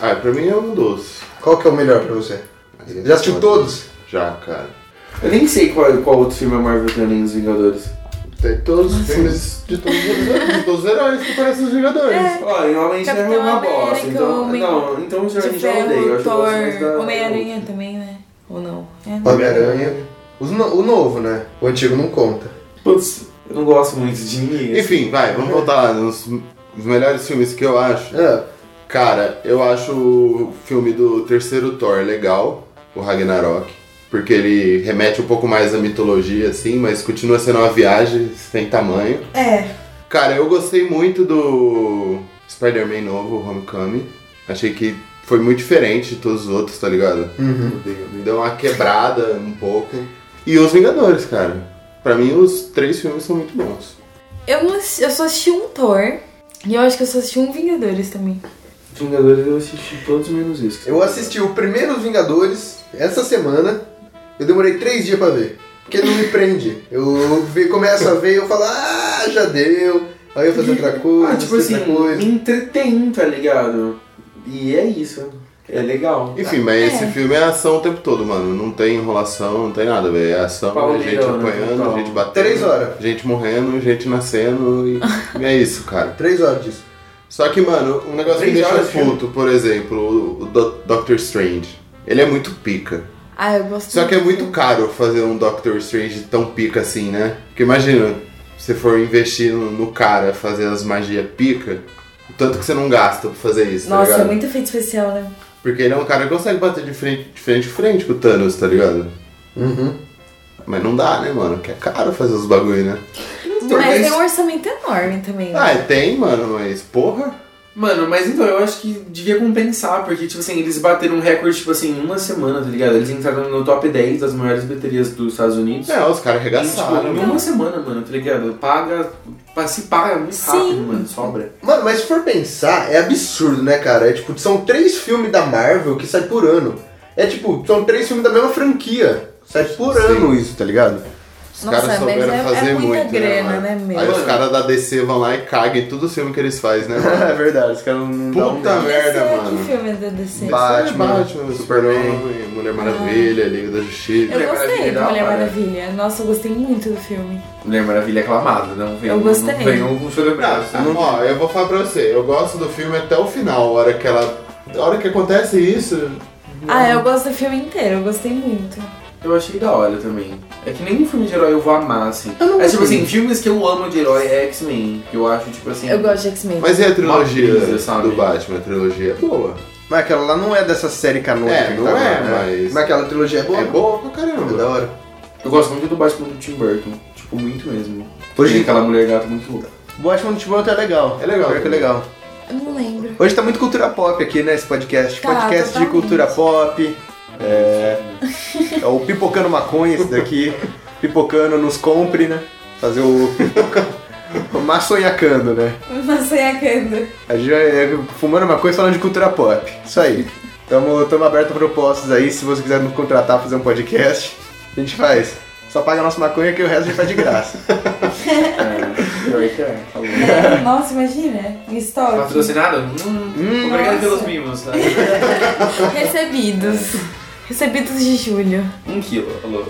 Speaker 4: Ah, pra mim é um doce. é
Speaker 1: Qual que é o melhor pra você? Já assistiu todos?
Speaker 4: um Já, cara.
Speaker 3: Eu nem sei qual, qual outro filme a Marvel tem além dos Vingadores.
Speaker 4: Tem todos os filmes de todos os heróis, de todos os heróis que parecem os Vingadores.
Speaker 3: Olha, normalmente é
Speaker 2: Capitão
Speaker 3: uma
Speaker 2: América,
Speaker 3: bosta. Então,
Speaker 2: Homem
Speaker 3: não, então já,
Speaker 2: De
Speaker 3: já odeio.
Speaker 2: ferro,
Speaker 3: Eu acho que eu gosto mais da-
Speaker 2: Thor, Homem-Aranha também, né? Ou não? É, né?
Speaker 1: Homem-Aranha. Os no- o novo, né? O antigo não conta.
Speaker 3: Putz, eu não gosto muito de ninguém. assim.
Speaker 4: Enfim, vai,
Speaker 1: É.
Speaker 4: vamos voltar lá nos nos melhores filmes que eu acho.
Speaker 1: Ah,
Speaker 4: Cara, eu acho o filme do terceiro Thor legal, o Ragnarok. Porque ele remete um pouco mais à mitologia, assim, mas continua sendo uma viagem sem tamanho.
Speaker 2: É.
Speaker 4: Cara, eu gostei muito do Spider-Man novo, Homecoming. Achei que foi muito diferente de todos os outros, tá ligado?
Speaker 1: uhum.
Speaker 4: Me deu uma quebrada um pouco. E os Vingadores, cara. Pra mim, os três filmes são muito bons.
Speaker 2: Eu, não, assisti- eu só assisti um Thor. E eu acho que eu só assisti um Vingadores também.
Speaker 3: Vingadores eu assisti todos menos isso.
Speaker 1: Eu assisti o primeiro Os Vingadores essa semana. Eu demorei três dias pra ver. Porque não me prende. Eu ve- começo a ver e eu falo, ah, já deu. Aí eu faço outra coisa,
Speaker 3: Ah, tipo
Speaker 1: faço
Speaker 3: assim,
Speaker 1: outra coisa.
Speaker 3: me entretém, tá ligado? E é isso. É legal.
Speaker 4: Enfim, mas
Speaker 2: É.
Speaker 4: esse filme é ação o tempo todo, mano. Não tem enrolação, não tem nada, velho. É ação,
Speaker 3: Paulo
Speaker 4: é gente
Speaker 3: Miranda,
Speaker 4: apanhando,
Speaker 3: total.
Speaker 4: gente batendo.
Speaker 1: Três horas.
Speaker 4: Gente morrendo, gente nascendo e e é isso, cara.
Speaker 1: Três horas disso.
Speaker 4: Só que, mano, um negócio que me
Speaker 3: Três
Speaker 4: deixa
Speaker 3: horas de filme.
Speaker 4: puto, por exemplo, o- o Do- Doctor Strange. Ele é muito pica.
Speaker 2: Ah, eu gosto
Speaker 4: Só que é muito
Speaker 2: desse.
Speaker 4: caro fazer um Doctor Strange tão pica assim, né? Porque imagina, se for investir no, no cara fazer as magias pica, o tanto que você não gasta pra fazer isso, tá
Speaker 2: Nossa, é
Speaker 4: ligado?
Speaker 2: muito efeito especial, né?
Speaker 4: Porque ele é um cara que consegue bater de frente, de frente a frente com o Thanos, tá ligado?
Speaker 1: Uhum.
Speaker 4: Mas não dá, né, mano? Porque é caro fazer os bagulho, né?
Speaker 3: Então,
Speaker 2: Mas tem um orçamento enorme também. né?
Speaker 4: Ah, e tem, mano, mas porra.
Speaker 3: Mano, mas então, eu acho que devia compensar, porque, tipo assim, eles bateram um recorde, tipo assim, em uma semana, tá ligado? Eles entraram no top 10 das maiores bilheterias dos Estados Unidos.
Speaker 4: É, né? os caras
Speaker 3: E, tipo,
Speaker 4: arregaçaram,
Speaker 3: em
Speaker 4: mano.
Speaker 3: uma semana, mano, tá ligado? Paga, pa- se paga muito
Speaker 2: Sim.
Speaker 3: rápido, mano, sobra.
Speaker 1: Mano, mas se for pensar, é absurdo, né, cara? É tipo, são três filmes da Marvel que saem por ano. É tipo, são três filmes da mesma franquia. Sai por
Speaker 4: Sim.
Speaker 1: ano isso, tá ligado?
Speaker 4: Os
Speaker 2: Nossa,
Speaker 4: caras souberam
Speaker 2: mas é- é
Speaker 4: fazer
Speaker 2: muita
Speaker 4: muito,
Speaker 2: grana,
Speaker 4: né,
Speaker 2: né,
Speaker 4: mano?
Speaker 2: meu?
Speaker 4: Aí os caras da DC vão lá e cagam em tudo o filme que eles fazem, né, mano?
Speaker 1: é verdade, os caras não dão
Speaker 4: Puta
Speaker 1: um-
Speaker 2: Esse
Speaker 4: merda,
Speaker 2: é
Speaker 4: mano.
Speaker 2: Que filme da DC?
Speaker 1: Ba- Batman,
Speaker 4: Batman Superman, Mulher Maravilha, Liga da
Speaker 2: Ah.
Speaker 4: Justiça.
Speaker 2: Eu
Speaker 3: Mulher
Speaker 2: gostei
Speaker 4: é
Speaker 3: Maravilha
Speaker 2: do
Speaker 3: da
Speaker 2: Mulher
Speaker 3: hora.
Speaker 2: Maravilha. Nossa, eu gostei muito do filme.
Speaker 3: Mulher Maravilha é aclamada, não vem,
Speaker 2: Eu gostei.
Speaker 3: não vem um celebrar.
Speaker 4: Ah, ó, eu vou falar pra você, eu gosto do filme até o final, a hora que ela. A hora que acontece isso.
Speaker 2: Ah, eu gosto do filme inteiro, eu gostei muito.
Speaker 3: Eu achei da hora também. É que nenhum filme de herói eu vou amar, assim.
Speaker 1: não
Speaker 3: é tipo
Speaker 1: gosto.
Speaker 3: assim, filmes que eu amo de herói é X-Men, que eu acho, tipo assim.
Speaker 2: Eu gosto de X-Men.
Speaker 4: Mas e a trilogia
Speaker 3: Uma brisa, sabe?
Speaker 4: do Batman? A trilogia é boa.
Speaker 1: Mas aquela lá não é dessa série canônica.
Speaker 4: É,
Speaker 1: que
Speaker 4: não
Speaker 1: tá
Speaker 4: é,
Speaker 1: agora, né?
Speaker 4: mas-
Speaker 1: Mas aquela trilogia é boa?
Speaker 4: É boa pra
Speaker 1: É da
Speaker 4: caramba.
Speaker 1: hora.
Speaker 3: Eu gosto muito do Batman do Tim Burton. Tipo, muito mesmo.
Speaker 1: Hoje-
Speaker 3: Tem aquela mulher gata muito louca.
Speaker 1: Batman do Tiburão é legal.
Speaker 4: É legal.
Speaker 1: Pior que é legal.
Speaker 2: Eu não lembro.
Speaker 1: Hoje tá muito cultura pop aqui, né, esse podcast.
Speaker 2: Tá,
Speaker 1: podcast de
Speaker 2: totalmente.
Speaker 1: cultura pop. É... é o Pipocando Maconha esse daqui. Pipocando nos compre, né? Fazer o... o maçonhacando, né?
Speaker 2: Mas é a Kanda.
Speaker 1: A gente é fumando maconha e falando de cultura pop. Isso aí. Tamo, tamo aberto a propostas aí. Se você quiser nos contratar, fazer um podcast, a gente faz. Só paga a nossa maconha que o resto a gente faz de graça.
Speaker 3: É, pior que é. Falou.
Speaker 2: É, Nossa, imagina. Estoque.
Speaker 3: Patrocinado? Hum,
Speaker 1: Hum.
Speaker 3: obrigado
Speaker 2: Nossa.
Speaker 3: pelos mimos. né?
Speaker 2: Recebidos. Recebidos de julho.
Speaker 3: um quilo, falou.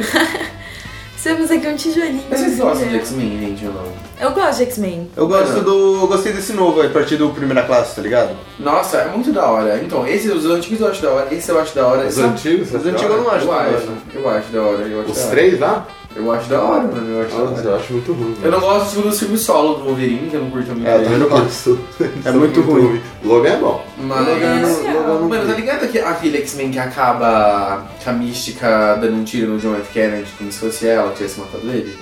Speaker 2: Temos aqui um tijolinho.
Speaker 3: Mas vocês gostam de
Speaker 2: né?
Speaker 3: X-Men, gente, ou não?
Speaker 2: Eu gosto de X-Men.
Speaker 1: Eu gosto do. eu Gostei desse novo aí, a partir do primeira classe, tá ligado?
Speaker 3: Nossa, é muito da hora. Então, esses os antigos eu acho da hora, esse eu acho da hora.
Speaker 4: Os
Speaker 3: sabe?
Speaker 4: antigos,
Speaker 1: Os
Speaker 4: sabe?
Speaker 1: antigos eu não acho,
Speaker 3: Eu
Speaker 1: tá
Speaker 3: acho,
Speaker 1: ligado?
Speaker 3: eu acho da hora, eu acho da
Speaker 4: Os
Speaker 3: hora.
Speaker 4: três lá?
Speaker 3: Eu acho da hora, mano, eu acho
Speaker 1: Ah,
Speaker 3: da
Speaker 4: Nossa,
Speaker 3: hora.
Speaker 4: eu acho muito ruim.
Speaker 3: Eu
Speaker 4: velho.
Speaker 3: não gosto tipo, dos filmes solo do Wolverine, que eu não curto muito.
Speaker 1: É, eu também
Speaker 4: Eu
Speaker 1: não
Speaker 4: não
Speaker 1: gosto.
Speaker 4: gosto.
Speaker 1: É muito ruim.
Speaker 4: Logan é bom.
Speaker 3: Mas...
Speaker 2: Logan não- Logan
Speaker 1: não
Speaker 3: Mano, tá
Speaker 1: curto.
Speaker 3: ligado que aquele X-Men que tipo, acaba com a mística dando um tiro no John F. Kennedy como se fosse ela, tivesse matado ele?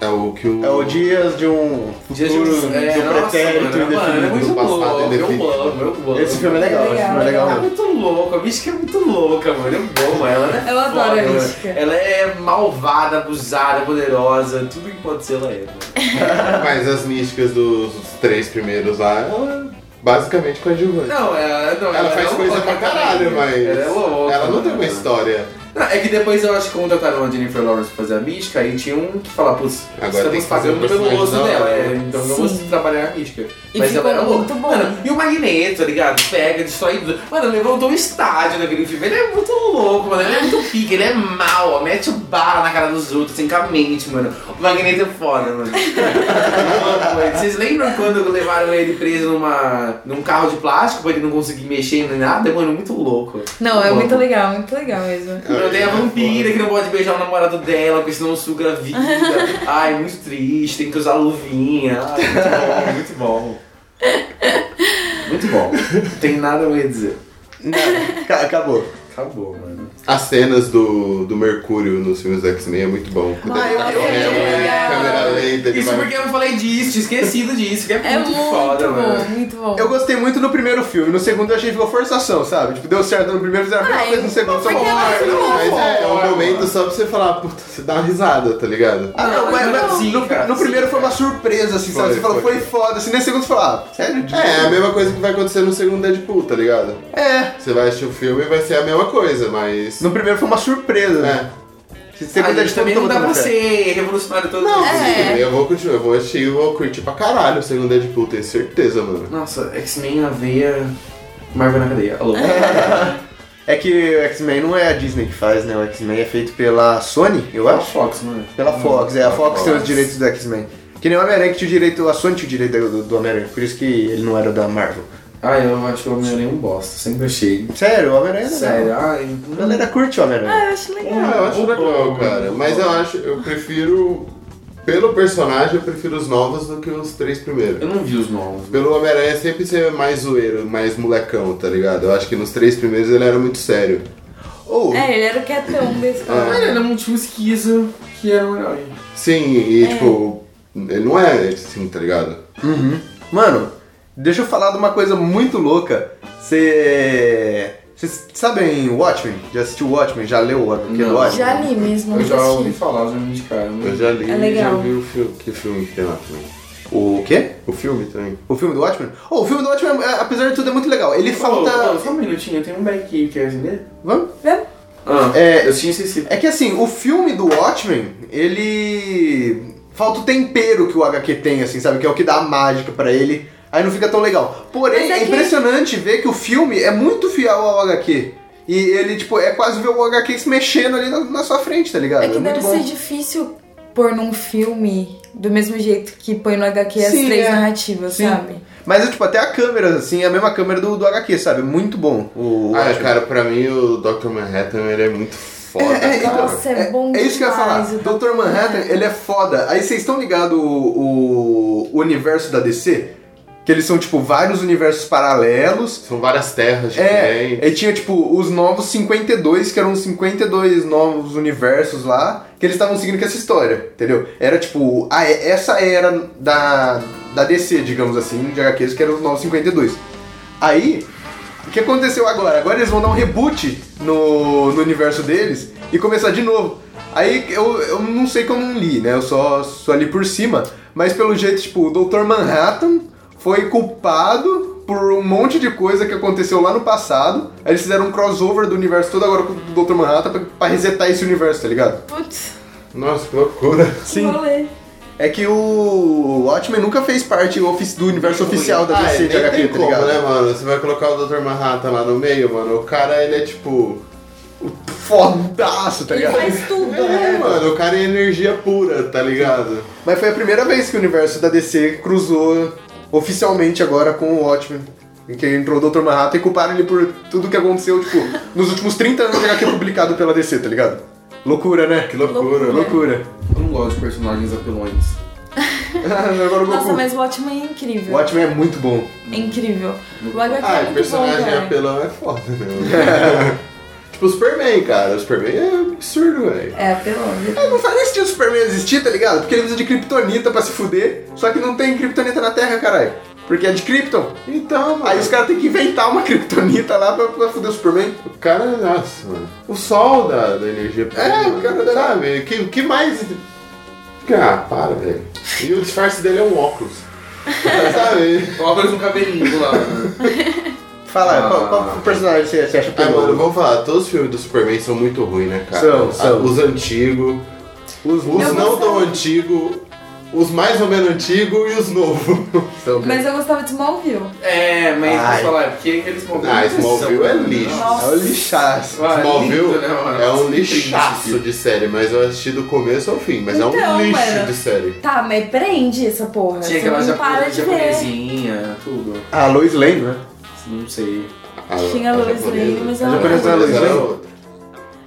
Speaker 4: É o que o.
Speaker 1: É o dias de um futuro
Speaker 3: Dia de um- é,
Speaker 1: do
Speaker 3: nossa,
Speaker 1: pretérito
Speaker 3: mano, mano, é
Speaker 1: indefinido.
Speaker 4: do
Speaker 3: muito
Speaker 4: passado
Speaker 3: louco,
Speaker 4: indefinido.
Speaker 3: eu amo, eu amo.
Speaker 1: Esse filme é legal,
Speaker 2: É
Speaker 1: esse filme é legal
Speaker 2: legal,
Speaker 3: Ela é
Speaker 1: mesmo.
Speaker 3: muito louca, a Mística é muito louca, mano. Eu amo ela. ela é
Speaker 2: Eu adoro
Speaker 3: foda,
Speaker 2: a
Speaker 3: mano.
Speaker 2: Mística.
Speaker 3: Ela é malvada, abusada, poderosa, tudo que pode ser ela é. mano.
Speaker 4: Mas as místicas dos três primeiros lá, ela é basicamente com a Giovanna.
Speaker 3: Não, ela, não,
Speaker 4: Ela faz
Speaker 3: é
Speaker 4: coisa
Speaker 3: louca
Speaker 4: pra caralho, mas.
Speaker 3: Ela é louca.
Speaker 4: Ela não tem uma
Speaker 3: mano.
Speaker 4: história.
Speaker 3: Não, é que depois eu acho que contrataram a Jennifer Lawrence pra fazer a mística e tinha um que fala, putz,
Speaker 4: Agora tem
Speaker 3: estamos
Speaker 4: que fazer um
Speaker 3: pagando pelo
Speaker 4: personagem
Speaker 3: osso
Speaker 4: da hora,
Speaker 3: dela, é,
Speaker 4: né?
Speaker 3: então
Speaker 2: Sim.
Speaker 3: vamos trabalhar a mística.
Speaker 2: E
Speaker 3: Mas
Speaker 2: ficou
Speaker 3: ela era
Speaker 2: muito
Speaker 3: louca.
Speaker 2: bom.
Speaker 3: Mano, e o Magneto, tá ligado? Pega, destrói. tudo. Mano, levantou um estádio naquele filme. Ele é muito louco, mano. Ele é muito pica, ele é mal, ó. Mete o bala na cara dos outros, assim, com a mente, mano. O Magneto é foda, mano. Eu amo ele. Vocês lembram quando levaram ele preso numa, num carro de plástico pra ele não conseguir mexer nem nada? Mano, muito louco.
Speaker 2: Não, é
Speaker 3: Louco.
Speaker 2: muito legal, muito legal mesmo.
Speaker 3: Eu tenho a vampira que não pode beijar o namorado dela, porque senão suga a vida. Ai, muito triste, tem que usar luvinha. Ai, muito bom, muito bom. Muito bom. Não tem nada a mais dizer.
Speaker 1: Não, ca- acabou.
Speaker 3: Acabou, mano.
Speaker 4: As cenas do, do Mercúrio nos filmes do X-Men é muito bom. Quando
Speaker 2: Ah,
Speaker 4: ele
Speaker 2: eu
Speaker 4: tá
Speaker 2: achei
Speaker 4: correndo,
Speaker 2: legal.
Speaker 4: câmera lenta, ele
Speaker 3: Isso
Speaker 4: vai-
Speaker 3: porque eu não falei disso, tinha esquecido disso, que é,
Speaker 2: É
Speaker 3: muito,
Speaker 2: muito,
Speaker 3: foda,
Speaker 2: bom,
Speaker 3: mano.
Speaker 2: muito bom.
Speaker 1: Eu gostei muito do primeiro filme, no segundo eu achei que ficou forçação, sabe? Tipo, deu certo no primeiro,
Speaker 3: Ah,
Speaker 1: fizeram a mesma
Speaker 2: Ai,
Speaker 1: coisa no segundo, só
Speaker 2: porque
Speaker 1: uma
Speaker 2: ela
Speaker 1: hora.
Speaker 2: ficou-
Speaker 4: Mas é, é um
Speaker 3: Porra,
Speaker 4: momento
Speaker 3: mano.
Speaker 4: só pra você falar, "Ah, puta, você dá uma risada, tá ligado?
Speaker 1: Ah, não,
Speaker 3: Não, é assim,
Speaker 1: mas, mas
Speaker 3: não.
Speaker 1: no, no primeiro foi uma surpresa, assim, sabe?
Speaker 4: Foi,
Speaker 1: Você fala,
Speaker 4: foi.
Speaker 1: foi foda, assim, nesse segundo você fala, ah, sério?
Speaker 4: É, é a mesma coisa que vai acontecer no segundo Deadpool, tá ligado?
Speaker 1: É.
Speaker 4: Você vai assistir o filme e vai ser a mesma coisa, mas.
Speaker 1: No primeiro foi uma surpresa, né?
Speaker 4: É.
Speaker 1: Se você
Speaker 3: A
Speaker 1: cuidar
Speaker 3: gente
Speaker 1: de tudo,
Speaker 3: também
Speaker 1: eu
Speaker 3: não
Speaker 1: tô
Speaker 3: dá pra
Speaker 1: botando fé.
Speaker 3: ser é revolucionário todo
Speaker 4: Não,
Speaker 3: mundo.
Speaker 2: É.
Speaker 4: eu vou continuar, eu vou assistir e vou curtir pra caralho o segundo Deadpool, tenho certeza, mano.
Speaker 3: Nossa, X-Men na veia, Marvel na cadeia. Alô?
Speaker 1: É que o X-Men não é a Disney que faz, né? O X-Men é feito pela Sony, eu acho.
Speaker 3: é Fox, mano.
Speaker 1: Pela Fox, é. A Fox
Speaker 4: Hum, Fox.
Speaker 1: tem os direitos do X-Men. Que nem o Homem-Aranha que tinha o direito, a Sony tinha o direito do, do Homem-Aranha, por isso que ele não era da Marvel.
Speaker 3: Ai, eu acho o Homem-Aranha um bosta, sempre achei.
Speaker 1: Sério, o Homem-Aranha é
Speaker 3: Sério,
Speaker 1: legal.
Speaker 3: ai.
Speaker 1: A galera curte o
Speaker 2: Ah,
Speaker 1: Homem-Aranha.
Speaker 2: eu acho legal.
Speaker 4: Ah, eu acho
Speaker 3: Um
Speaker 4: legal,
Speaker 3: pouco,
Speaker 4: cara.
Speaker 3: um
Speaker 4: Mas eu
Speaker 3: pouco.
Speaker 4: acho, eu prefiro. Pelo personagem, eu prefiro os novos do que os três primeiros.
Speaker 3: Eu não vi os novos.
Speaker 4: Pelo Homem-Aranha é sempre ser mais zoeiro, mais molecão, tá ligado? Eu acho que nos três primeiros ele era muito sério.
Speaker 1: Ou,
Speaker 2: É, ele era o quietão desse
Speaker 3: Mas
Speaker 2: cara.
Speaker 3: ele era um tio esquizo que era um herói.
Speaker 4: Sim, e
Speaker 2: É.
Speaker 4: tipo, ele não é assim, tá ligado?
Speaker 1: Uhum. Mano, deixa eu falar de uma coisa muito louca. Você. Vocês sabem Watchmen? Já assistiu Watchmen? Já leu o HQ do
Speaker 3: Não.
Speaker 1: Watchmen?
Speaker 2: Já li mesmo,
Speaker 3: Eu
Speaker 2: nunca
Speaker 3: já ouvi
Speaker 2: assisti.
Speaker 3: falar, já me indicaram.
Speaker 4: Eu já li
Speaker 2: É
Speaker 4: e já
Speaker 2: legal.
Speaker 4: vi o filme. Que filme que tem lá também?
Speaker 1: O quê?
Speaker 4: O filme também.
Speaker 1: O filme do Watchmen? Oh, o filme do Watchmen, é, apesar de tudo, é muito legal. Ele
Speaker 3: Ô, ô,
Speaker 1: falta.
Speaker 3: só um minutinho, tem um back quer acender?
Speaker 1: Vamos?
Speaker 3: Ah,
Speaker 1: É.
Speaker 3: eu tinha esquecido.
Speaker 1: É que assim, o filme do Watchmen, ele. Falta o tempero que o HQ tem, assim, sabe? Que é o que dá a mágica pra ele. Aí não fica tão legal. Porém,
Speaker 2: Mas é
Speaker 1: é
Speaker 2: que-
Speaker 1: impressionante ver que o filme é muito fiel ao HQ. E ele, tipo, é quase ver o HQ se mexendo ali na, na sua frente, tá ligado?
Speaker 2: É que deve
Speaker 1: muito bom.
Speaker 2: ser difícil pôr num filme do mesmo jeito que põe no HQ as
Speaker 1: Sim,
Speaker 2: três
Speaker 1: é.
Speaker 2: narrativas,
Speaker 1: Sim.
Speaker 2: sabe?
Speaker 1: Mas é tipo, até a câmera, assim, é a mesma câmera do, do HQ, sabe? É Muito bom o, o
Speaker 4: Ah,
Speaker 1: Watchmen.
Speaker 4: cara, pra mim o Dr. Manhattan ele é então, muito foda,
Speaker 1: É, é,
Speaker 4: cara.
Speaker 2: Nossa, é, bom
Speaker 1: É isso que eu ia falar.
Speaker 2: demais, o
Speaker 1: Dr. Manhattan, ele é foda. Aí vocês estão ligados o, o- o universo da DC? Que eles são, tipo, vários universos paralelos.
Speaker 4: São várias terras diferentes.
Speaker 1: É, e tinha, tipo, os novos 52, que eram os 52 novos universos lá, que eles estavam seguindo com essa história, entendeu? Era, tipo, a, essa era da, da DC, digamos assim, de HQs, que eram os novos 52. Aí, o que aconteceu agora? Agora eles vão dar um reboot no, no universo deles e começar de novo. Aí eu, eu não sei que eu não li, né? Eu só, só li por cima. Mas pelo jeito, tipo, o Dr. Manhattan foi culpado por um monte de coisa que aconteceu lá no passado. Aí eles fizeram um crossover do universo todo agora com o Dr. Manhattan pra, pra resetar esse universo, tá ligado?
Speaker 2: Putz,
Speaker 4: Nossa, que loucura.
Speaker 2: que rolê.
Speaker 1: É que o Watchmen nunca fez parte ofi- do universo oficial da
Speaker 4: Ah, é,
Speaker 1: DC
Speaker 4: nem
Speaker 1: de HQ,
Speaker 4: tem
Speaker 1: tá
Speaker 4: como,
Speaker 1: ligado?
Speaker 4: né, mano? Você vai colocar o Dr. Manhattan lá no meio, mano. O cara, ele é tipo...
Speaker 1: Fodaço, tá
Speaker 2: Ele
Speaker 1: ligado?
Speaker 2: faz tudo,
Speaker 4: É,
Speaker 2: né?
Speaker 4: mano, o cara é energia pura, tá ligado?
Speaker 1: Mas foi a primeira vez que o universo da DC cruzou oficialmente agora com o Watchmen. Em que entrou o Dr. Manhattan e culparam ele por tudo que aconteceu, tipo, nos últimos 30 anos de HQ publicado pela DC, tá ligado? Loucura, né?
Speaker 4: Que loucura.
Speaker 1: Loucura.
Speaker 3: Eu não gosto de personagens apelões.
Speaker 1: agora o
Speaker 2: Nossa,
Speaker 1: Goku.
Speaker 2: mas o Watchmen é incrível.
Speaker 1: O Watchmen é muito bom.
Speaker 2: É incrível. O HQ é
Speaker 4: Ah, e
Speaker 2: muito bom,
Speaker 4: personagem
Speaker 2: cara.
Speaker 4: apelão é foda, né? mano? Tipo, o Superman, cara. O Superman é absurdo, velho.
Speaker 2: É, pelo amor.
Speaker 1: Não faz nem sentido o Superman existir, tá ligado? Porque ele precisa de Kryptonita pra se fuder, só que não tem Kryptonita na Terra, caralho. Porque é de Krypton.
Speaker 4: Então, mano.
Speaker 1: Aí os caras têm que inventar uma Kryptonita lá pra, pra fuder o Superman.
Speaker 4: O cara, nossa, mano. O sol da, da energia. pra
Speaker 1: É,
Speaker 4: ele,
Speaker 1: o cara
Speaker 4: mano,
Speaker 1: da-
Speaker 4: Sabe? Que, que mais. Ah, para, velho. E o disfarce dele é um óculos. sabe?
Speaker 3: Coloca eles no cabelinho lá. né?
Speaker 1: Fala,
Speaker 3: Ah.
Speaker 1: qual, qual personagem você, você acha
Speaker 4: Ah, mano,
Speaker 1: pegou?
Speaker 4: vamos falar. Todos os filmes do Superman são muito ruins, né, cara?
Speaker 1: São,
Speaker 4: Ah,
Speaker 1: são.
Speaker 4: Os antigos,
Speaker 1: Os
Speaker 4: os
Speaker 1: russos
Speaker 4: não tão antigos, os mais ou menos antigos e os novos.
Speaker 1: são.
Speaker 2: Mas eu gostava de Smallville.
Speaker 3: É, mas
Speaker 1: Ai.
Speaker 3: vou falar, é porque eles moviam.
Speaker 4: Ah, Smallville é lixo.
Speaker 1: É o lixaço.
Speaker 4: Smallville
Speaker 3: né, mano?
Speaker 4: é um
Speaker 3: Lindo,
Speaker 4: lixaço de série, mas eu assisti do começo ao fim, mas é um
Speaker 2: Então,
Speaker 4: lixo
Speaker 2: mano.
Speaker 4: de série.
Speaker 2: Tá, mas prende essa porra.
Speaker 3: Tinha
Speaker 2: Você
Speaker 3: aquela
Speaker 2: não para
Speaker 3: japo-
Speaker 2: de ver.
Speaker 3: japonesinha, tudo.
Speaker 1: A Lois Lane, né?
Speaker 3: Não sei.
Speaker 4: A-
Speaker 2: Tinha
Speaker 4: a
Speaker 2: a Lois
Speaker 4: Ah, é japonesa.
Speaker 2: Lane, mas
Speaker 4: A
Speaker 2: ela-
Speaker 4: japonesa
Speaker 1: Ela
Speaker 4: era
Speaker 1: era
Speaker 4: outra.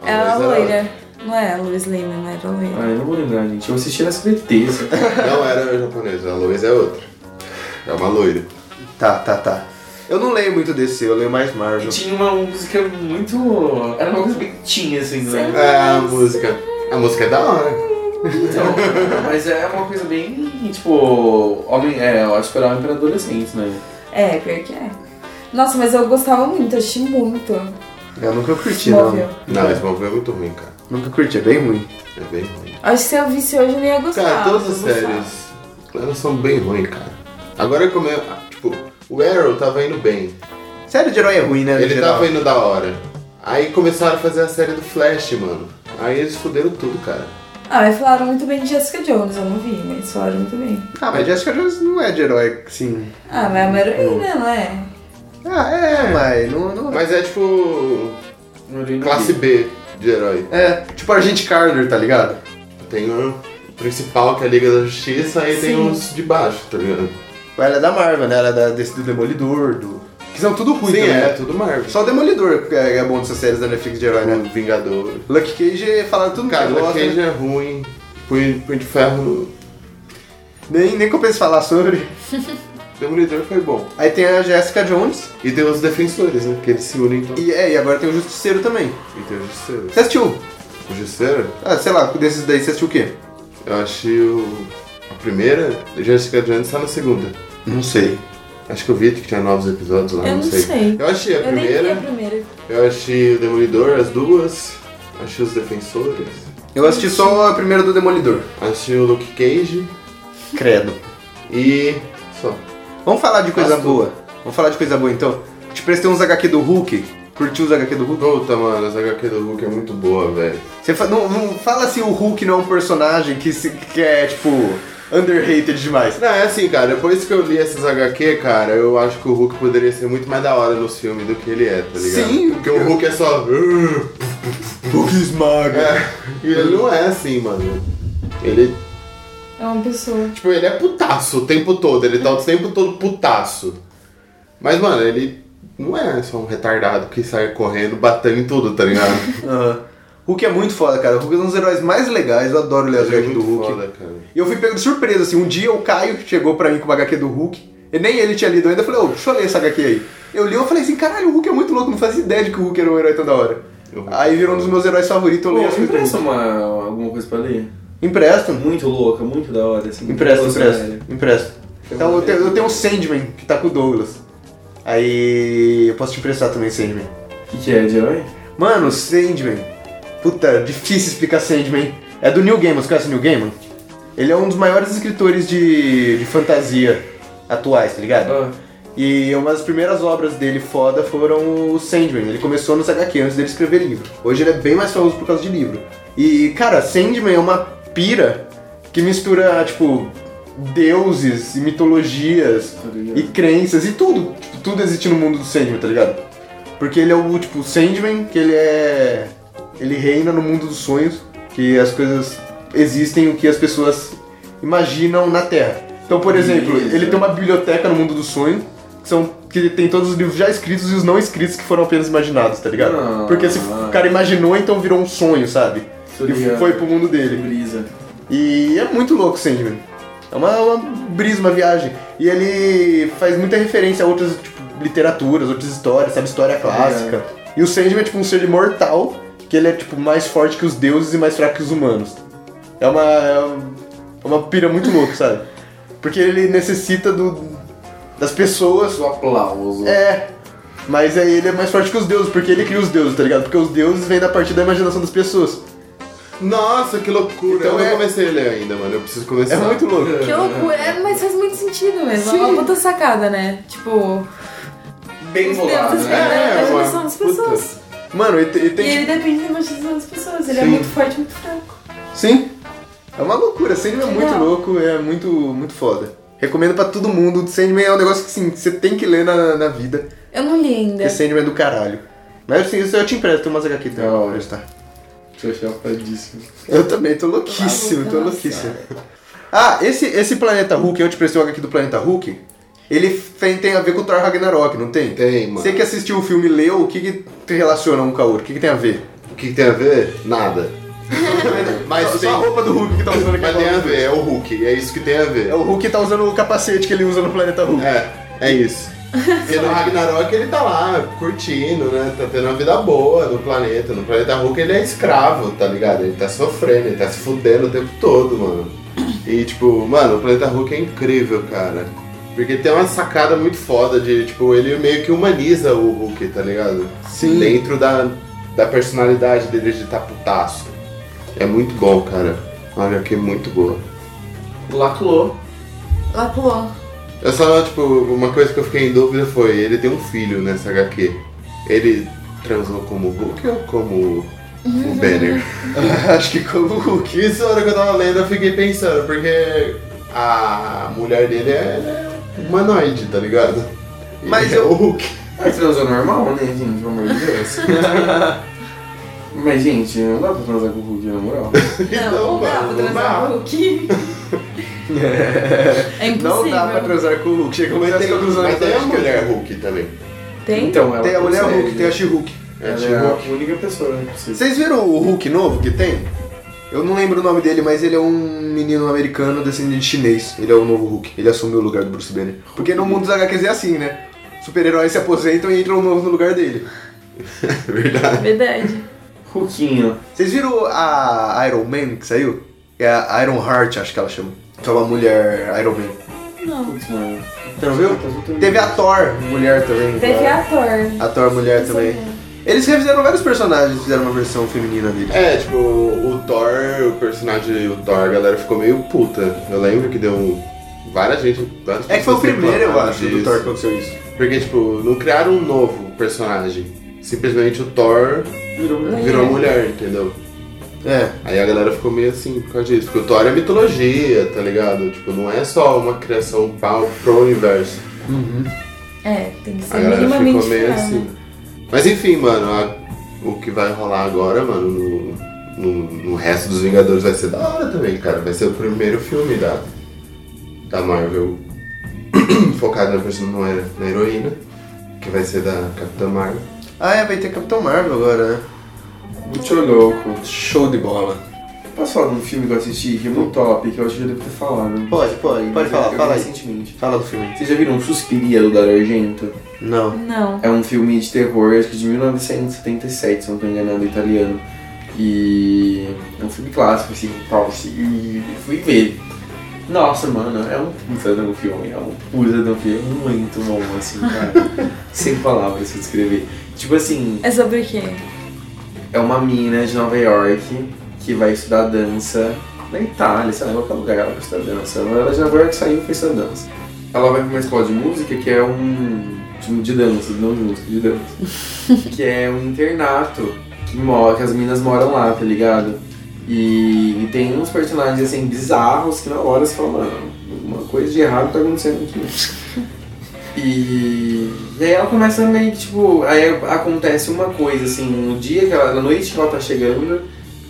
Speaker 4: A
Speaker 2: Ela é
Speaker 4: Lois era
Speaker 2: loira. Não é a Lois Lane, não era loira.
Speaker 3: Ah, eu não vou lembrar, gente. Eu assisti na SBT. assim.
Speaker 2: é
Speaker 4: outra. é Não era japonesa, a Lois é outra. É uma loira.
Speaker 1: Tá, tá, tá. Eu não leio muito DC, eu leio mais
Speaker 3: E
Speaker 1: Marvel.
Speaker 3: É tinha uma música muito. Era uma coisa bem tinha, assim, né?
Speaker 4: É a música. A música é da hora.
Speaker 3: Então, mas é uma coisa bem, tipo, homem, é, eu acho que era homem pra adolescente, né?
Speaker 2: É, pior que é. Nossa, mas eu gostava muito, eu assisti muito.
Speaker 1: Eu nunca curti, não.
Speaker 2: Smallville.
Speaker 4: Não, esse movimento é muito ruim, cara.
Speaker 1: Nunca curti, é bem ruim.
Speaker 4: É bem ruim.
Speaker 2: Acho que se eu visse hoje eu não ia gostar.
Speaker 4: Cara, todas as
Speaker 2: eu gostava.
Speaker 4: séries, elas são bem ruins, cara. Agora como eu, tipo, o Arrow tava indo bem.
Speaker 1: Sério de herói é ruim, né? no
Speaker 4: Ele tá
Speaker 1: geral?
Speaker 4: tava indo da hora. Aí começaram a fazer a série do Flash, mano. Aí eles fuderam tudo, cara.
Speaker 2: Ah, mas falaram muito bem de Jessica Jones, eu não vi, mas falaram muito bem.
Speaker 1: Ah, mas Jessica Jones não é de herói, sim.
Speaker 2: Ah, mas é uma heroína, não é?
Speaker 1: Ah, é, mas não... não...
Speaker 4: Mas é tipo.
Speaker 3: Eu olhei no
Speaker 4: classe
Speaker 3: vídeo.
Speaker 4: B de herói.
Speaker 1: É, tipo a gente Carter, tá ligado?
Speaker 4: Tem o principal, que é a Liga da Justiça, aí tem
Speaker 2: Sim.
Speaker 4: uns de baixo, tá ligado?
Speaker 1: Ela é da Marvel, né? Ela é da, desse do Demolidor, do... Que são tudo ruim,
Speaker 4: Sim,
Speaker 1: também,
Speaker 4: é,
Speaker 1: né?
Speaker 4: tudo Marvel.
Speaker 1: Só o Demolidor que é, é bom dessas séries da Netflix de herói, né?
Speaker 4: O Vingador.
Speaker 1: Lucky Cage falaram tudo
Speaker 4: Cara,
Speaker 1: que eu
Speaker 4: Luke
Speaker 1: gosto,
Speaker 4: Cage
Speaker 1: né?
Speaker 4: é ruim. Punho, punho de Ferro.
Speaker 1: nem, nem compensa falar sobre.
Speaker 4: Demolidor foi bom.
Speaker 1: Aí tem a Jessica Jones,
Speaker 4: E tem os defensores, né? Que eles se unem então. E,
Speaker 1: e, é, e agora tem o Justiceiro também.
Speaker 4: tem o Justiceiro.
Speaker 1: Você assistiu?
Speaker 4: O Justiceiro,
Speaker 1: Ah, sei lá, desses daí você assistiu o quê?
Speaker 4: eu achei o... a primeira. Jessica Jones tá na segunda.
Speaker 1: Não sei.
Speaker 4: Acho que eu vi que tinha novos episódios lá,
Speaker 2: Eu
Speaker 4: não
Speaker 2: não
Speaker 4: sei.
Speaker 2: sei.
Speaker 4: Eu achei a
Speaker 2: Eu nem vi a
Speaker 4: primeira,
Speaker 2: primeira.
Speaker 4: eu achei o Demolidor, as duas, achei os Defensores,
Speaker 1: Eu assisti só a primeira do Demolidor.
Speaker 4: achei o Luke Cage
Speaker 1: Credo.
Speaker 4: e só.
Speaker 1: Vamos falar de coisa
Speaker 4: Faz tudo.
Speaker 1: boa. Vamos falar de coisa boa então. Te prestei uns HQ do Hulk. Curtiu os HQ do Hulk?
Speaker 4: Puta, mano, essa HQ do Hulk é muito boa, velho.
Speaker 1: Você fa- não, não fala se o Hulk não é um personagem que, se, que é, tipo, underrated demais.
Speaker 4: Não, é assim, cara, depois que eu li essas HQ, cara, eu acho que o Hulk poderia ser muito mais da hora nos filmes do que ele é, tá ligado?
Speaker 1: Sim.
Speaker 4: Porque o Hulk é só...
Speaker 1: Hulk é esmaga.
Speaker 4: E ele não é assim, mano. Ele,
Speaker 2: É uma pessoa.
Speaker 4: tipo, ele é putaço o tempo todo, ele tá o tempo todo putaço. Mas, mano, ele não é só um retardado que sai correndo, batendo em tudo, tá ligado?
Speaker 1: Aham. Hulk é muito foda, cara. O Hulk é um dos heróis mais legais. Eu adoro ler as
Speaker 4: Ele é
Speaker 1: HQ do
Speaker 4: muito
Speaker 1: Hulk.
Speaker 4: foda, cara.
Speaker 1: E eu fui pego de surpresa, assim. Um dia o Caio chegou pra mim com uma HQ do Hulk. E nem ele tinha lido ainda. Eu falei, ô, deixa eu ler essa HQ aí. Eu li e falei assim, caralho, o Hulk é muito louco. Não fazia ideia de que o Hulk era um herói tão da hora.
Speaker 4: Eu-
Speaker 1: Aí virou um dos meus heróis favoritos. Eu
Speaker 3: Pô,
Speaker 1: leio as
Speaker 3: me
Speaker 1: coisas do Hulk.
Speaker 3: empresta uma, alguma coisa pra ler?
Speaker 1: Empresta?
Speaker 3: Muito louca, muito da hora, assim.
Speaker 1: Empresta,
Speaker 3: Nossa,
Speaker 1: empresta,
Speaker 3: velho.
Speaker 1: empresta. Então eu tenho, eu tenho um Sandman que tá com o Douglas. Aí eu posso te emprestar também, Sandman.
Speaker 3: O que, que é, de herói?
Speaker 1: Mano, Sandman. Puta, difícil explicar Sandman. É do Neil Gaiman, você conhece o Neil Gaiman? Ele é um dos maiores escritores de, de fantasia atuais, tá ligado?
Speaker 3: Ah,
Speaker 1: E uma das primeiras obras dele foda foram o Sandman. Ele começou nos HQ antes dele escrever livro. Hoje ele é bem mais famoso por causa de livro. E, cara, Sandman é uma pira que mistura, tipo, deuses e mitologias
Speaker 3: tá ligado.
Speaker 1: e crenças e tudo. Tipo, tudo existe no mundo do Sandman, tá ligado? Porque ele é o, tipo, Sandman, que ele é... Ele reina no mundo dos sonhos, que as coisas existem, o que as pessoas imaginam na Terra. Então, por exemplo,
Speaker 3: Isso.
Speaker 1: ele tem uma biblioteca no mundo dos sonhos, que, são, que tem todos os livros já escritos e os não escritos que foram apenas imaginados, tá ligado?
Speaker 3: Ah.
Speaker 1: Porque se o cara imaginou, então virou um sonho, sabe?
Speaker 3: Tô
Speaker 1: E
Speaker 3: ligado.
Speaker 1: foi pro mundo dele.
Speaker 3: Brisa.
Speaker 1: E é muito louco o Sandman. É uma, uma brisa, uma viagem. E ele faz muita referência a outras tipo, literaturas, outras histórias, sabe? História clássica. E o Sandman é tipo um ser imortal, que ele é tipo mais forte que os deuses e mais fraco que os humanos. É uma. É um- é uma pira muito louca, sabe? Porque ele necessita do. das pessoas
Speaker 3: O aplauso.
Speaker 1: é. Mas aí ele é mais forte que os deuses, porque ele cria os deuses, tá ligado? Porque os deuses vêm da partir da imaginação das pessoas.
Speaker 4: Nossa, que loucura!
Speaker 1: Então
Speaker 4: eu não
Speaker 1: é-
Speaker 4: comecei a ler ainda, mano. Eu preciso
Speaker 1: É
Speaker 4: começar.
Speaker 1: muito louco.
Speaker 2: Que loucura, é, mas faz muito sentido mesmo. É
Speaker 1: Sim.
Speaker 2: uma puta sacada, né? Tipo,
Speaker 3: Bem
Speaker 2: os
Speaker 3: bolado,
Speaker 2: deuses
Speaker 4: é,
Speaker 2: vêm
Speaker 3: né?
Speaker 2: da
Speaker 4: é uma
Speaker 2: imaginação das
Speaker 4: puta.
Speaker 2: pessoas.
Speaker 1: Mano, e, te- e
Speaker 2: E
Speaker 1: tem. tipo,
Speaker 2: ele depende da imaginação das pessoas. Ele é
Speaker 1: Sim.
Speaker 2: muito forte, muito fraco.
Speaker 1: Sim. É uma loucura. Sandman é muito
Speaker 2: Legal.
Speaker 1: louco, é muito, muito foda. Recomendo pra todo mundo. Sandman é um negócio que assim, você tem que ler na, na vida.
Speaker 2: Eu não li ainda.
Speaker 1: Porque Sandman é do caralho. Mas assim, isso eu te empresto, tem umas HQ também.
Speaker 3: Da
Speaker 1: pra
Speaker 3: hora.
Speaker 1: emprestar.
Speaker 2: é.
Speaker 3: Tô chapadíssimo.
Speaker 1: Eu também tô louquíssimo, tô
Speaker 2: Nossa.
Speaker 1: louquíssimo. Ah, esse, esse Planeta Hulk, eu te prestei o HQ do Planeta Hulk, ele tem, tem a ver com o Thor Ragnarok, não tem?
Speaker 4: Tem, mano.
Speaker 1: Você que assistiu o filme e leu, o que, que te relaciona um com o outro? O que, que tem a ver?
Speaker 4: O que que tem a ver? Nada. Mas
Speaker 1: só,
Speaker 4: tem-
Speaker 1: só a roupa do Hulk que tá usando aqui.
Speaker 4: Mas tem a ver, é o Hulk. É isso que tem a ver.
Speaker 1: É o Hulk que tá usando o capacete que ele usa no Planeta Hulk.
Speaker 4: É, é isso. Porque no Ragnarok ele tá lá curtindo, né? Tá tendo uma vida boa no planeta. No planeta Hulk ele é escravo, tá ligado? Ele tá sofrendo, ele tá se fudendo o tempo todo, mano. E tipo, mano, o planeta Hulk é incrível, cara. Porque tem uma sacada muito foda de, tipo, ele meio que humaniza o Hulk, tá ligado?
Speaker 1: Sim.
Speaker 4: Dentro da, da personalidade dele de taputaço. É muito bom, cara. Olha que muito boa.
Speaker 3: Laclou.
Speaker 2: Lá pulou.
Speaker 4: Eu só, tipo, uma coisa que eu fiquei em dúvida foi, ele tem um filho nessa HQ. Ele transou como o Hulk ou como
Speaker 2: Uhum.
Speaker 4: o Banner?
Speaker 1: É, Acho que como o Hulk.
Speaker 4: Isso na hora que eu tava lendo eu fiquei pensando, porque a mulher dele é humanoide, tá ligado? E
Speaker 1: Mas
Speaker 4: é
Speaker 1: eu-
Speaker 4: o Hulk.
Speaker 3: É transou normal, né, gente? Pelo amor de Deus. Mas, gente, não dá pra transar com o Hulk, na moral.
Speaker 4: Então,
Speaker 2: Não, não dá pra
Speaker 4: mano, não
Speaker 2: transar
Speaker 4: dá.
Speaker 2: com o Hulk. É impossível.
Speaker 1: Não dá pra transar com o Hulk. Chegamos tá a
Speaker 4: Mas
Speaker 1: essa
Speaker 4: tem,
Speaker 1: conclusão
Speaker 4: mas tem a
Speaker 1: que
Speaker 4: mulher Hulk também.
Speaker 2: Tem?
Speaker 3: Então, ela
Speaker 1: Tem a mulher
Speaker 3: consegue.
Speaker 1: Hulk, tem a She-Hulk.
Speaker 4: É,
Speaker 3: Ela
Speaker 4: tipo,
Speaker 3: é a única pessoa, né? Possível.
Speaker 1: Vocês viram o Hulk novo que tem? Eu não lembro o nome dele, mas ele é um menino americano descendente de chinês. Ele é o novo Hulk. Ele assumiu o lugar do Bruce Banner. Porque no mundo dos HQs é assim, né? Super-heróis se aposentam e entram um novo no lugar dele.
Speaker 4: verdade.
Speaker 2: Verdade.
Speaker 3: Hulkinho.
Speaker 1: Vocês viram a Iron Man que saiu? É a Iron Heart, acho que ela chama. Que é uma mulher Iron Man.
Speaker 2: Não.
Speaker 3: Putz, mano. Então,
Speaker 1: Você não viu? Teve a Thor, mulher também.
Speaker 2: Teve ator.
Speaker 1: A Thor,
Speaker 4: É,
Speaker 1: mulher
Speaker 2: Isso
Speaker 1: também.
Speaker 2: mesmo.
Speaker 1: Eles refizeram vários personagens, fizeram uma versão feminina dele.
Speaker 4: É, tipo, o Thor, o personagem do Thor, a galera ficou meio puta. Eu lembro que deu um- várias gente. Várias
Speaker 1: É que foi o
Speaker 4: pessoas
Speaker 1: primeiro, eu
Speaker 4: reclamaram
Speaker 1: acho, do
Speaker 4: disso.
Speaker 1: Thor que aconteceu isso.
Speaker 4: Porque, tipo, não criaram um novo personagem. Simplesmente o Thor
Speaker 3: Virou um mulher.
Speaker 4: virou mulher, entendeu?
Speaker 1: É.
Speaker 4: Aí a galera ficou meio assim por causa disso. Porque o Thor é mitologia, tá ligado? Tipo, não é só uma criação pau pro universo.
Speaker 1: Uhum.
Speaker 2: É, tem que
Speaker 4: A
Speaker 2: ser
Speaker 4: galera
Speaker 2: minimamente
Speaker 4: ficou meio
Speaker 2: fiel, né?
Speaker 4: assim. Mas enfim, mano, a- o que vai rolar agora, mano, no, no- no resto dos Vingadores vai ser da hora também, cara. Vai ser o primeiro filme da, da Marvel focado na, person- na, hero- na heroína, que vai ser da Capitã Marvel.
Speaker 1: Ah, é, vai ter Capitão Marvel agora, né?
Speaker 3: Muito louco.
Speaker 1: Show de bola.
Speaker 3: Posso falar de um filme que eu assisti que é muito top, que eu acho que eu devo ter falado.
Speaker 1: Pode, pode, pode
Speaker 3: Mas
Speaker 1: falar,
Speaker 3: eu vi
Speaker 1: fala aí.
Speaker 3: recentemente.
Speaker 1: Fala do filme.
Speaker 3: Vocês já viram Suspiria do Dario Argento?
Speaker 1: Não.
Speaker 2: Não.
Speaker 3: É um filme de terror, acho que de 1977, se eu não tô enganado, italiano. E é um filme clássico, assim, tal, assim, e fui ver. Nossa, mano, é um puta de um filme, é um puta de um filme muito bom, assim, cara. Sem palavras pra descrever. Tipo assim,
Speaker 2: É sobre o quê?
Speaker 3: é uma mina de Nova York que vai estudar dança na Itália, sei lá, em qualquer lugar ela vai estudar dança. Ela de Nova York saiu e foi estudar dança. Ela vai pra uma escola de música que é um. tipo, de dança, não de música, de dança. que é um internato que, mora, que as minas moram lá, tá ligado? E, e tem uns personagens assim bizarros que na hora você fala, mano, alguma coisa de errado tá acontecendo aqui. E, e aí ela começa meio que tipo. Aí acontece uma coisa assim, no dia que ela. Na noite que ela tá chegando,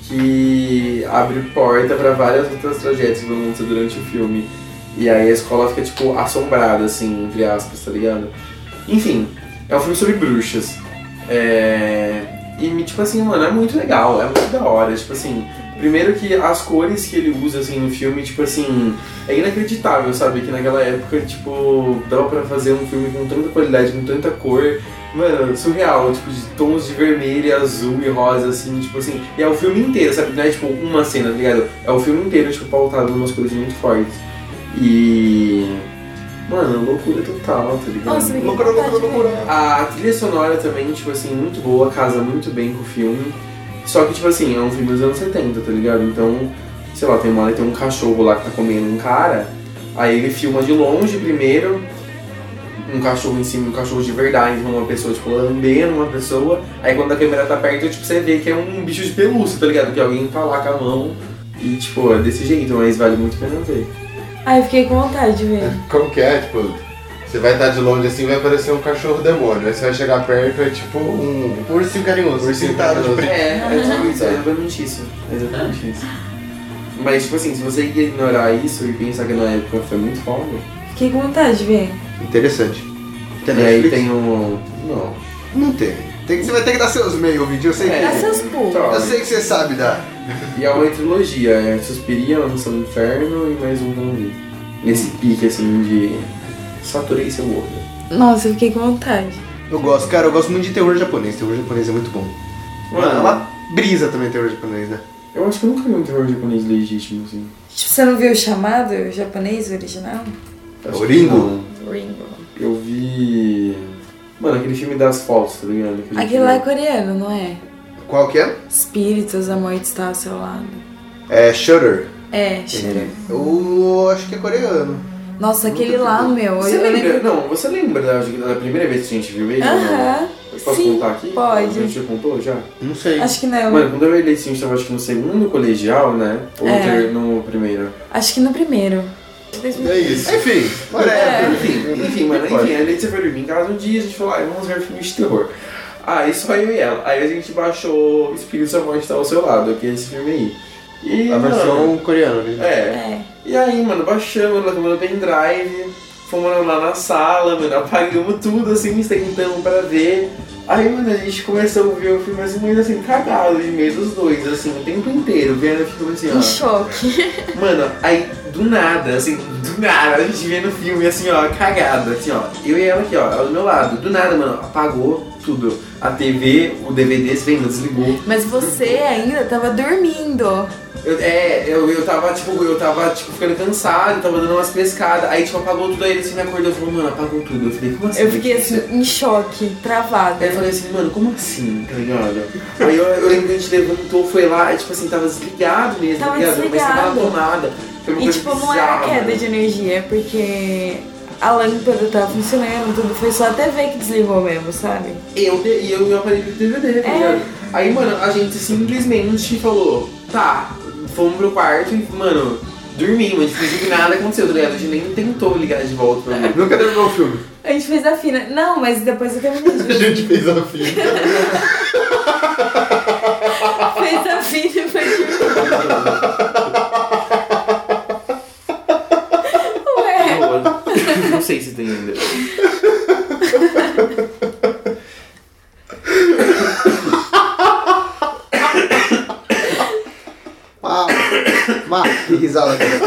Speaker 3: que abre porta pra várias outras tragédias que vão acontecer durante o filme. E aí a escola fica tipo assombrada, assim, entre aspas, tá ligado? Enfim, é um filme sobre bruxas. É. E tipo assim, mano, é muito legal, é muito da hora, tipo assim. Primeiro que as cores que ele usa assim no filme, tipo assim, é inacreditável, sabe? Que naquela época, tipo, dava pra fazer um filme com tanta qualidade, com tanta cor, Mano, surreal, tipo, de tons de vermelho, e azul e rosa, assim, tipo assim. E é o filme inteiro, sabe? Não é tipo uma cena, tá ligado? É o filme inteiro, tipo, pautado em umas coisas muito fortes. E. Mano, loucura total, tá ligado?
Speaker 2: Nossa, me
Speaker 1: Loucura, loucura, loucura.
Speaker 3: A trilha sonora também, tipo assim, muito boa, casa muito bem com o filme. Só que, tipo assim, é um filme dos anos 70, tá ligado? Então, sei lá, tem uma hora que tem um cachorro lá que tá comendo um cara, aí ele filma de longe primeiro, um cachorro em cima, um cachorro de verdade, não uma pessoa, tipo, lambendo uma pessoa, aí quando a câmera tá perto, tipo, você vê que é um bicho de pelúcia, tá ligado? Que alguém tá lá com a mão. E, tipo, é desse jeito, mas vale muito a pena ver.
Speaker 2: Ai, fiquei com vontade de ver.
Speaker 4: Como que é? Tipo, você vai estar de longe assim vai aparecer um cachorro demônio. Aí você vai chegar perto é tipo um.
Speaker 5: Ursinho carinhoso.
Speaker 4: Ursinho
Speaker 5: pintado de
Speaker 4: carinhoso.
Speaker 5: preto.
Speaker 3: É, é tipo isso, é exatamente isso. É exatamente isso. Mas, tipo assim, se você ignorar isso e pensar que na época foi muito foda,
Speaker 2: Fiquei com vontade de ver.
Speaker 1: Interessante.
Speaker 5: Tem
Speaker 3: e aí
Speaker 5: Netflix?
Speaker 3: tem um. Não.
Speaker 1: Não tem. tem que, você vai ter que dar seus meios, vídeo.
Speaker 3: É.
Speaker 1: Eu sei que.
Speaker 2: Dá seus pulos.
Speaker 3: Tá.
Speaker 1: Eu sei que você sabe dar.
Speaker 3: E é uma trilogia, é Suspiria, A Mansão do Inferno e mais um zumbi. Nesse pique, assim, de. Saturei seu gordo.
Speaker 2: Nossa, eu fiquei com vontade.
Speaker 1: Eu gosto, cara, eu gosto muito de terror japonês. Terror japonês é muito bom. Mano, ela brisa também terror japonês, né?
Speaker 3: eu acho que eu nunca vi um terror japonês legítimo, assim.
Speaker 2: Tipo, você não viu o chamado o japonês o original?
Speaker 3: Acho que
Speaker 1: Oringo?
Speaker 3: não.
Speaker 2: Ringo.
Speaker 3: Eu vi. Mano, aquele filme das fotos, tá ligado? Que a gente
Speaker 2: Aquele lá é
Speaker 3: viu.
Speaker 2: coreano, não é?
Speaker 1: Qual que é?
Speaker 2: Espíritos, a morte está ao seu lado.
Speaker 1: É Shutter.
Speaker 2: É, cheiro.
Speaker 1: Eu acho que é coreano.
Speaker 2: Nossa, aquele lá, meu.
Speaker 3: Você
Speaker 2: eu- eu
Speaker 3: lembra?
Speaker 2: lembro.
Speaker 3: Não, você lembra da, da primeira vez que a gente viu ele? ou não?
Speaker 2: Aham.
Speaker 3: Eu Posso
Speaker 2: Sim,
Speaker 3: contar aqui?
Speaker 2: pode.
Speaker 3: A gente já contou já?
Speaker 1: Não sei.
Speaker 2: Acho que não.
Speaker 3: Mano, quando eu e Leite, a gente tava acho que no segundo colegial, né? Ou
Speaker 2: É.
Speaker 3: no ter- no primeiro.
Speaker 2: Acho que no primeiro.
Speaker 4: É isso.
Speaker 1: Enfim, whatever.
Speaker 3: Enfim, enfim, mano, enfim, a Leite foi dormir em casa um dia, a gente falou, ah, vamos ver filmes de terror. Aí só eu e ela. Aí a gente baixou Espírito da Morte tá ao seu lado, que é esse filme aí. E,
Speaker 1: A
Speaker 3: mano,
Speaker 1: versão coreana, né?
Speaker 3: É.
Speaker 2: É.
Speaker 3: E aí, mano, baixamos, ela mandou pendrive, fomos lá na sala, mano, apagamos tudo, assim, sentamos pra ver. Aí, mano, a gente começou a ver o filme, mas muito assim, cagado de medo os dois, assim, o tempo inteiro, vendo o filme assim,
Speaker 2: Em
Speaker 3: ó.
Speaker 2: choque.
Speaker 3: Mano, aí, do nada, assim, do nada, a gente vendo o filme, assim, ó, cagado, assim, ó. Eu e ela aqui, ó, ela do meu lado. Do nada, mano, apagou tudo. A TV, o DVD, se vendo, desligou.
Speaker 2: Mas você ainda tava dormindo.
Speaker 3: Eu, é, eu, eu tava, tipo, eu tava, tipo, ficando cansado, tava dando umas pescadas, aí, tipo, apagou tudo, aí ele assim me acordou e falou, mano, apagou tudo. Eu falei, como assim?
Speaker 2: Eu fiquei assim,
Speaker 3: Letícia?"
Speaker 2: em choque, travada.
Speaker 3: Aí eu falei assim, mano, como assim, tá ligado? aí eu, eu lembro que a gente levantou, foi lá, e, tipo assim, tava desligado mesmo,
Speaker 2: Tava
Speaker 3: tá ligado? Mas tava
Speaker 2: desligado.
Speaker 3: abandonada. Foi uma
Speaker 2: E
Speaker 3: coisa
Speaker 2: tipo, não era
Speaker 3: bizarra, né?
Speaker 2: queda
Speaker 3: mano.
Speaker 2: de energia, porque a lâmpada tava funcionando, tudo. Foi só a TV que desligou mesmo, sabe?
Speaker 3: Eu de- e eu e o aparelho de DVD, tá
Speaker 2: É.
Speaker 3: ligado? Aí, mano, a gente simplesmente falou, tá, fomos pro quarto e, mano, dormimos, a gente fingiu que nada aconteceu, tá ligado? A gente nem tentou ligar de volta pra ver.
Speaker 1: Nunca terminou o filme.
Speaker 2: A gente fez a fina. Não, mas depois eu terminei de
Speaker 4: A gente fez a fita.
Speaker 2: Fez a fina e foi dormir.
Speaker 3: É
Speaker 2: Ué.
Speaker 3: Boa. Não sei se tem ainda.
Speaker 1: Ah, Má, que risada. que eu-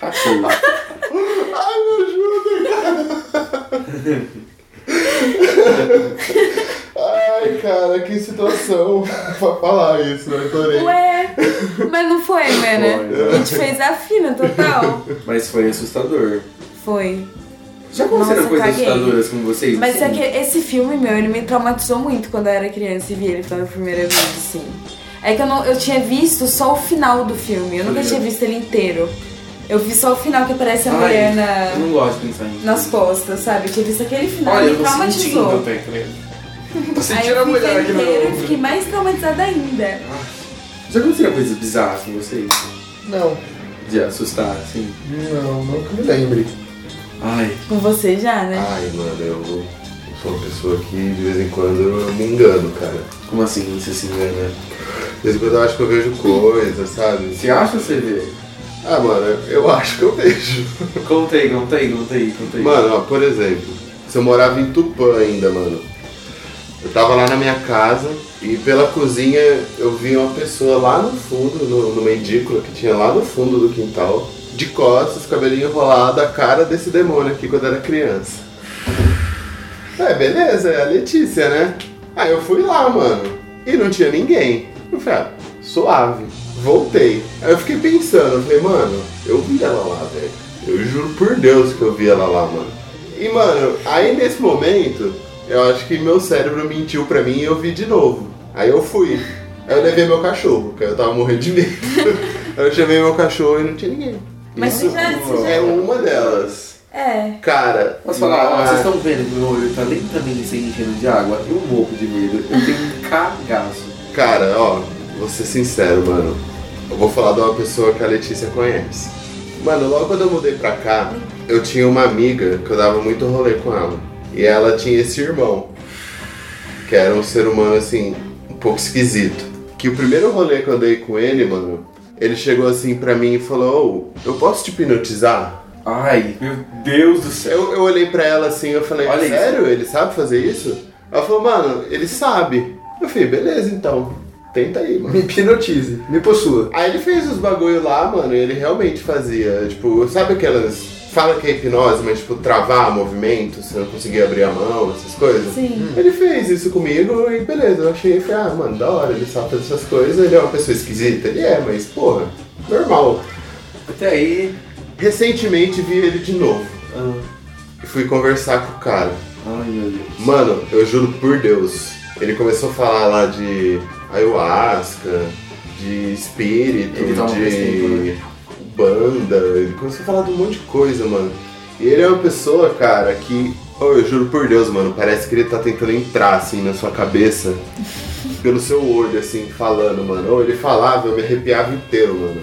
Speaker 3: Cachorro.
Speaker 4: Ai, cara, que situação pra falar
Speaker 5: né?
Speaker 4: isso, eu
Speaker 5: Então,
Speaker 4: adorei.
Speaker 2: Ué, mas não foi, mano.
Speaker 3: Foi, né?
Speaker 2: A gente fez a fina total.
Speaker 3: Mas foi assustador.
Speaker 2: Foi.
Speaker 3: Já aconteceram
Speaker 2: Nossa,
Speaker 3: coisas
Speaker 2: caguei.
Speaker 3: assustadoras com vocês? assim?
Speaker 2: Mas é
Speaker 3: Sim.
Speaker 2: que esse filme, meu, ele me traumatizou muito quando eu era criança e vi ele pela primeira vez, assim. É que eu, não, eu tinha visto só o final do filme, eu nunca
Speaker 3: Olha.
Speaker 2: tinha visto ele inteiro. Eu vi só o final que aparece a
Speaker 3: Ai,
Speaker 2: mulher
Speaker 3: Eu
Speaker 2: na,
Speaker 3: não gosto de pensar nisso.
Speaker 2: é. nas costas, sabe? Eu tinha visto aquele final
Speaker 3: Olha,
Speaker 2: e
Speaker 3: eu
Speaker 2: me
Speaker 3: tô
Speaker 2: traumatizou.
Speaker 3: sentindo até, tá ligado?
Speaker 1: Tô
Speaker 2: Aí
Speaker 1: sentindo a
Speaker 2: eu vi
Speaker 1: mulher
Speaker 2: ele
Speaker 1: aqui no
Speaker 2: inteiro e
Speaker 1: meu
Speaker 2: fiquei mais traumatizada ainda.
Speaker 3: Já aconteceram coisas bizarras com vocês?
Speaker 4: Não,
Speaker 3: De assustar, assim?
Speaker 4: não, não que me lembre.
Speaker 3: Ai,
Speaker 2: Com você já, né?
Speaker 5: Ai, mano, eu, eu sou uma pessoa que de vez em quando eu me engano, cara.
Speaker 3: como assim você se engana?
Speaker 5: De vez em quando eu acho que eu vejo coisa, sabe?
Speaker 3: Você acha ou você vê?
Speaker 5: Ah, mano, eu acho que eu vejo.
Speaker 3: Conta aí, conta aí, conta aí, conta aí.
Speaker 5: Mano, ó, por exemplo, se eu morava em Tupã ainda, mano. Eu tava lá na minha casa e pela cozinha eu vi uma pessoa lá no fundo, no- numa edícula que tinha lá no fundo do quintal, de costas, cabelinho enrolado, a cara desse demônio aqui quando eu era criança.
Speaker 4: É, beleza, é a Letícia, né? Aí eu fui lá, mano. E não tinha ninguém. Eu falei, ah, suave. Voltei. Aí eu fiquei pensando, eu falei, mano, eu vi ela lá, velho. Eu juro por Deus que eu vi ela lá, mano. E, mano, aí nesse momento, eu acho que meu cérebro mentiu pra mim e eu vi de novo. Aí eu fui. Aí eu levei meu cachorro, porque eu tava morrendo de medo. aí eu chamei meu cachorro e não tinha ninguém.
Speaker 2: Mas você já- você já-
Speaker 4: é uma delas.
Speaker 2: É.
Speaker 4: Cara,
Speaker 3: Posso falar, ó,
Speaker 4: mas-
Speaker 3: vocês estão vendo que meu olho tá lentamente se enchendo de água? Eu morro de medo. Eu tenho um cagaço.
Speaker 4: Cara, ó, vou ser sincero, mano. Eu vou falar de uma pessoa que a Letícia conhece. Mano, logo quando eu mudei pra cá, eu tinha uma amiga que eu dava muito rolê com ela. E ela tinha esse irmão, que era um ser humano assim, um pouco esquisito. Que o primeiro rolê que eu dei com ele, mano, ele chegou assim pra mim e falou: Ô, eu posso te hipnotizar?
Speaker 3: Ai, meu Deus do céu.
Speaker 4: Eu, eu olhei pra ela assim, eu falei,
Speaker 3: Olha isso.
Speaker 4: sério? Ele sabe fazer isso? Ela falou, mano, ele sabe. Eu falei, beleza então, tenta aí, mano.
Speaker 1: Me hipnotize, me possua.
Speaker 4: Aí ele fez os bagulho lá, mano, e ele realmente fazia. Tipo, sabe aquelas. Fala que é hipnose, mas tipo, travar movimento, se não conseguir abrir a mão, essas coisas.
Speaker 2: Sim.
Speaker 4: Ele fez isso comigo e beleza, eu achei, falei, ah, mano, da hora, ele sabe fazer essas coisas, ele é uma pessoa esquisita, ele é, mas porra, normal.
Speaker 3: Até aí.
Speaker 4: Recentemente vi ele de novo e fui conversar com o cara.
Speaker 3: Ah, Ai, meu Deus.
Speaker 4: Mano, eu juro por Deus. Ele começou a falar lá de ayahuasca, de espírito,
Speaker 3: Ele tava né? pensando,
Speaker 4: de banda. Ele começou a falar de um monte de coisa, mano. E ele é uma pessoa, cara, que. Oh, eu juro por Deus, mano. Parece que ele tá tentando entrar, assim, na sua cabeça. pelo seu olho, assim, falando, mano. Ou ele falava, eu me arrepiava inteiro, mano.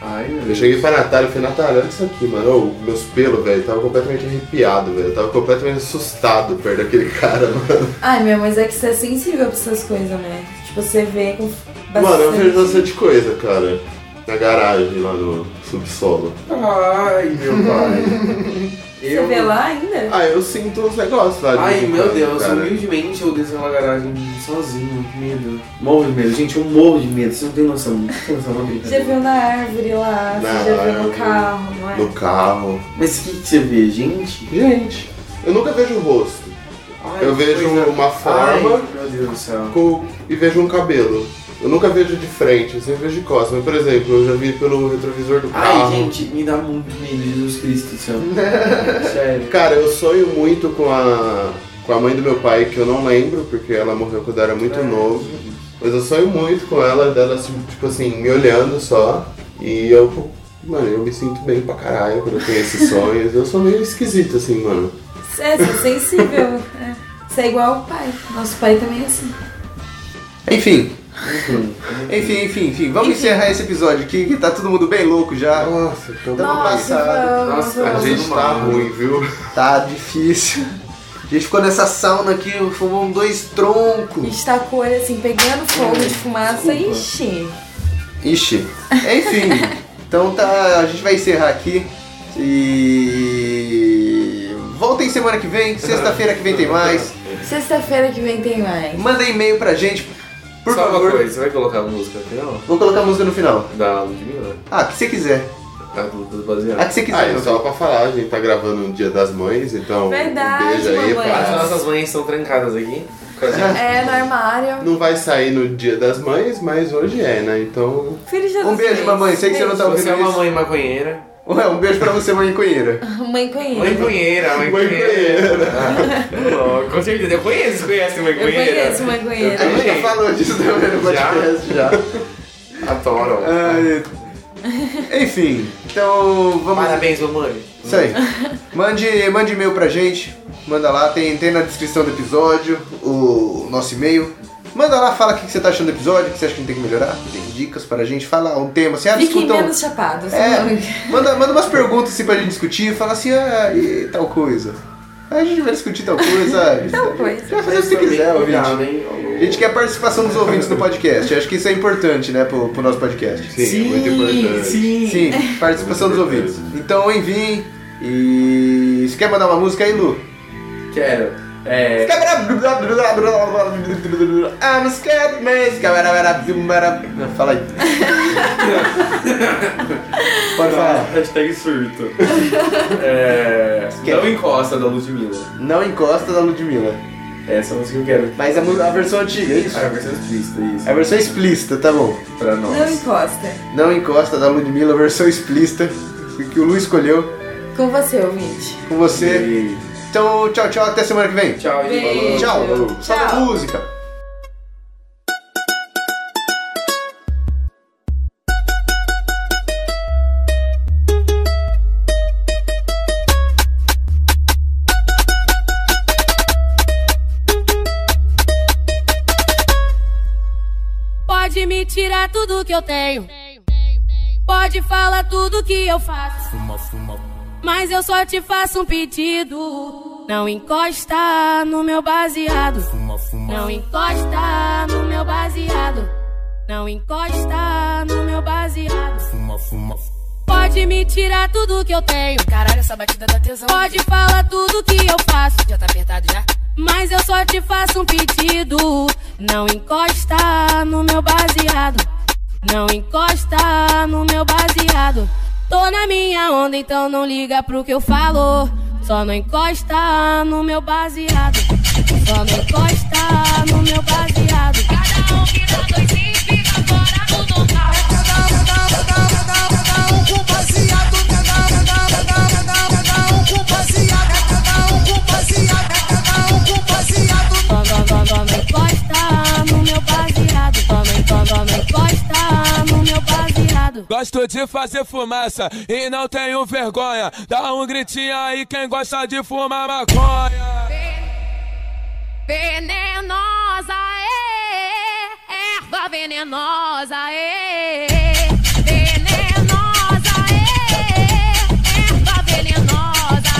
Speaker 3: Ai, meu
Speaker 4: Eu
Speaker 3: Deus.
Speaker 4: cheguei pra Natália e falei, Natália, olha isso aqui, mano. Ô, meus pelos, velho, tava completamente arrepiado, velho. Tava completamente assustado perto daquele cara, mano.
Speaker 2: Ai, meu, mas é que você é sensível pra essas coisas, né? Tipo, você vê com bastante...
Speaker 4: Mano, eu vejo bastante coisa, cara. Na garagem, lá no subsolo.
Speaker 3: Ai, meu pai.
Speaker 2: Você vê lá ainda?
Speaker 4: Ah, eu sinto uns negócios lá de
Speaker 3: Ai,
Speaker 4: vez em
Speaker 3: meu
Speaker 4: quando,
Speaker 3: Deus, humildemente eu desço na garagem sozinho, que medo. Morro de medo, gente, eu morro de medo, você não tem noção, não tem noção
Speaker 2: Você já
Speaker 3: não.
Speaker 2: viu na árvore lá,
Speaker 4: Na
Speaker 2: você já viu no
Speaker 4: árvore.
Speaker 2: carro, não é?
Speaker 4: No carro.
Speaker 3: Mas o que, que você vê, gente?
Speaker 4: Gente, eu nunca vejo o rosto.
Speaker 3: Ai,
Speaker 4: Eu
Speaker 3: que
Speaker 4: vejo
Speaker 3: coisa-
Speaker 4: uma forma
Speaker 3: Ai, meu Deus do céu.
Speaker 4: com- e vejo um cabelo. Eu nunca vejo de frente, eu sempre vejo de costas. Mas, por exemplo, eu já vi pelo retrovisor do
Speaker 3: Ai,
Speaker 4: carro.
Speaker 3: gente, me dá muito medo, Jesus Cristo do céu. Sério.
Speaker 4: Cara, eu sonho muito com a, com a mãe do meu pai, que eu não lembro, porque ela morreu quando eu era muito
Speaker 3: É.
Speaker 4: novo. Mas eu sonho muito com ela, dela, assim, tipo assim, me olhando só. E eu, pô, mano, eu me sinto bem pra caralho quando eu tenho esses sonhos. Eu sou meio esquisito, assim, mano.
Speaker 2: É, você é sensível. é. Você é igual o pai. Nosso pai também é assim.
Speaker 1: Enfim,
Speaker 3: Enfim.
Speaker 1: enfim, enfim, enfim. Vamos
Speaker 2: Enfim.
Speaker 1: encerrar esse episódio aqui, que tá todo mundo bem louco já.
Speaker 4: Nossa, então...
Speaker 1: Tamo passado.
Speaker 2: vamos,
Speaker 3: Nossa,
Speaker 4: A
Speaker 2: vamos.
Speaker 4: gente tá ruim, viu?
Speaker 1: Tá difícil. A gente ficou nessa sauna aqui, fumamos dois
Speaker 2: A
Speaker 1: troncos.
Speaker 2: gente tá com o olho assim, pegando fogo de fumaça e
Speaker 3: Desculpa.
Speaker 2: enche.
Speaker 1: Ixi. Enfim. então tá, a gente vai encerrar aqui. E. Voltem semana que vem, sexta-feira que vem tem mais.
Speaker 2: Sexta-feira que vem tem mais.
Speaker 1: Manda e-mail pra gente, por
Speaker 3: Só
Speaker 1: favor.
Speaker 3: uma coisa, você vai colocar a música final?
Speaker 1: Vou colocar a música no final.
Speaker 3: Da Ludmilla? Tá
Speaker 1: Ah, a que você quiser.
Speaker 3: Da Lutas
Speaker 1: A
Speaker 3: Baseadas.
Speaker 1: que você quiser.
Speaker 4: Ah, e
Speaker 1: meu
Speaker 4: só pra falar, a gente tá gravando no Dia das Mães, então
Speaker 2: Verdade,
Speaker 4: um beijo aí
Speaker 2: mamãe.
Speaker 3: As
Speaker 4: pra...
Speaker 3: nossas mães estão trancadas aqui. com a gente.
Speaker 2: É, no armário.
Speaker 4: Não vai sair no Dia das Mães, mas hoje é, né? Então
Speaker 2: Feliz Dia
Speaker 1: Um
Speaker 2: das
Speaker 1: beijo,
Speaker 2: Mães.
Speaker 1: mamãe. Sei que você não
Speaker 3: Se
Speaker 1: tá ouvindo
Speaker 3: você é uma
Speaker 1: isso.
Speaker 3: mãe maconheira,
Speaker 1: Ué, um beijo pra você, mãe coinheira.
Speaker 2: Mãe conhece.
Speaker 3: Mãe Cunheira, mãe
Speaker 4: Mãe
Speaker 3: Cunheira. Ah, Com certeza, eu conheço, conhece mãe
Speaker 2: Eu
Speaker 3: Cunheira.
Speaker 2: conheço mãe
Speaker 1: A
Speaker 2: Cunheira.
Speaker 1: gente já falou disso também no
Speaker 3: Já?
Speaker 1: podcast já.
Speaker 3: Adoro.
Speaker 1: É, Ah, enfim, então vamos.
Speaker 3: Parabéns, mamãe.
Speaker 1: Isso aí. Mande, mande e-mail pra gente. Manda lá, tem, tem na descrição do episódio o nosso e-mail. Manda lá, fala o que que você tá achando do episódio, o que você acha que a gente tem que melhorar. Tem dicas pra gente, fala um tema. Assim, ah,
Speaker 2: Fiquem
Speaker 1: discutam-
Speaker 2: menos chapados.
Speaker 1: É, manda, manda umas perguntas assim pra gente discutir, fala assim, ah, e tal coisa. Aí a gente vai discutir tal coisa.
Speaker 2: Tal coisa.
Speaker 1: Vai fazer o que você quiser, ouvinte. A gente quer a participação dos ouvintes no podcast. Acho que isso é importante, né, pro, pro nosso podcast.
Speaker 4: Sim, muito importante.
Speaker 3: é Sim,
Speaker 1: Sim, participação dos ouvintes. Então enviem. E. Você quer mandar uma música aí, Lu?
Speaker 3: Quero. É.
Speaker 1: I'm scared, man. Fala aí. Pode falar.
Speaker 3: Hashtag surto. É, não encosta da Ludmilla.
Speaker 1: Não encosta da Ludmilla.
Speaker 3: Essa é a música que eu quero.
Speaker 1: Mas É a, mu- a versão antiga, é isso?
Speaker 3: Ah, vai ser explícita isso.
Speaker 1: A versão explícita, tá bom.
Speaker 3: Pra nós.
Speaker 2: Não encosta.
Speaker 1: Não encosta da Ludmilla, a versão explícita. Que o Lu escolheu
Speaker 2: Com você, ouvinte.
Speaker 1: com você.
Speaker 3: E
Speaker 1: Então, tchau, tchau. Até semana que vem.
Speaker 3: Tchau, gente.
Speaker 2: Beijo.
Speaker 1: Tchau. Só da
Speaker 2: Tchau.
Speaker 1: música.
Speaker 6: Pode me tirar tudo que eu tenho. Pode falar tudo que eu faço. Mas eu só te faço um pedido. Não encosta no meu baseado. Não encosta no meu baseado. Não encosta no meu baseado. Pode me tirar tudo que eu tenho. Caralho, essa batida dá tesão. Pode falar tudo que eu faço. Já tá apertado já? Mas eu só te faço um pedido. Não encosta no meu baseado. Não encosta no meu baseado. Tô na minha onda, então não liga pro que eu falo. Só não encosta no meu baseado. Só não encosta no meu baseado. Toma, toma, toma, encosta no meu baseado. Toma, toma, toma, encosta no meu baseado.
Speaker 7: Gosto de fazer fumaça e não tenho vergonha. Dá um gritinho aí quem gosta de fumar maconha.
Speaker 6: Venenosa é, erva venenosa é. Venenosa é, erva venenosa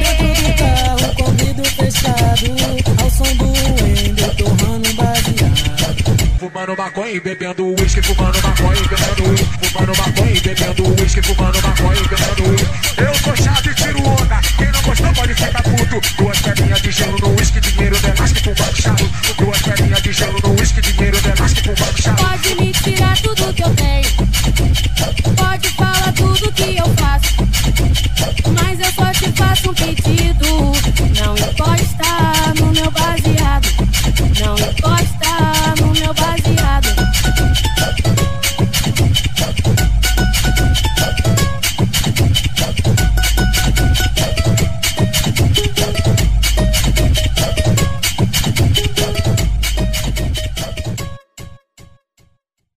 Speaker 8: Dentro do
Speaker 6: é.
Speaker 8: carro, corrido fechado. Ao som do Wendel, torrando um baseado.
Speaker 7: Fumando maconha e bebendo uísque, fumando maconha e bebendo uísque, fumando maconha e bebendo uísque, fumando maconha e bebendo uísque. Eu sou
Speaker 6: um
Speaker 7: chato,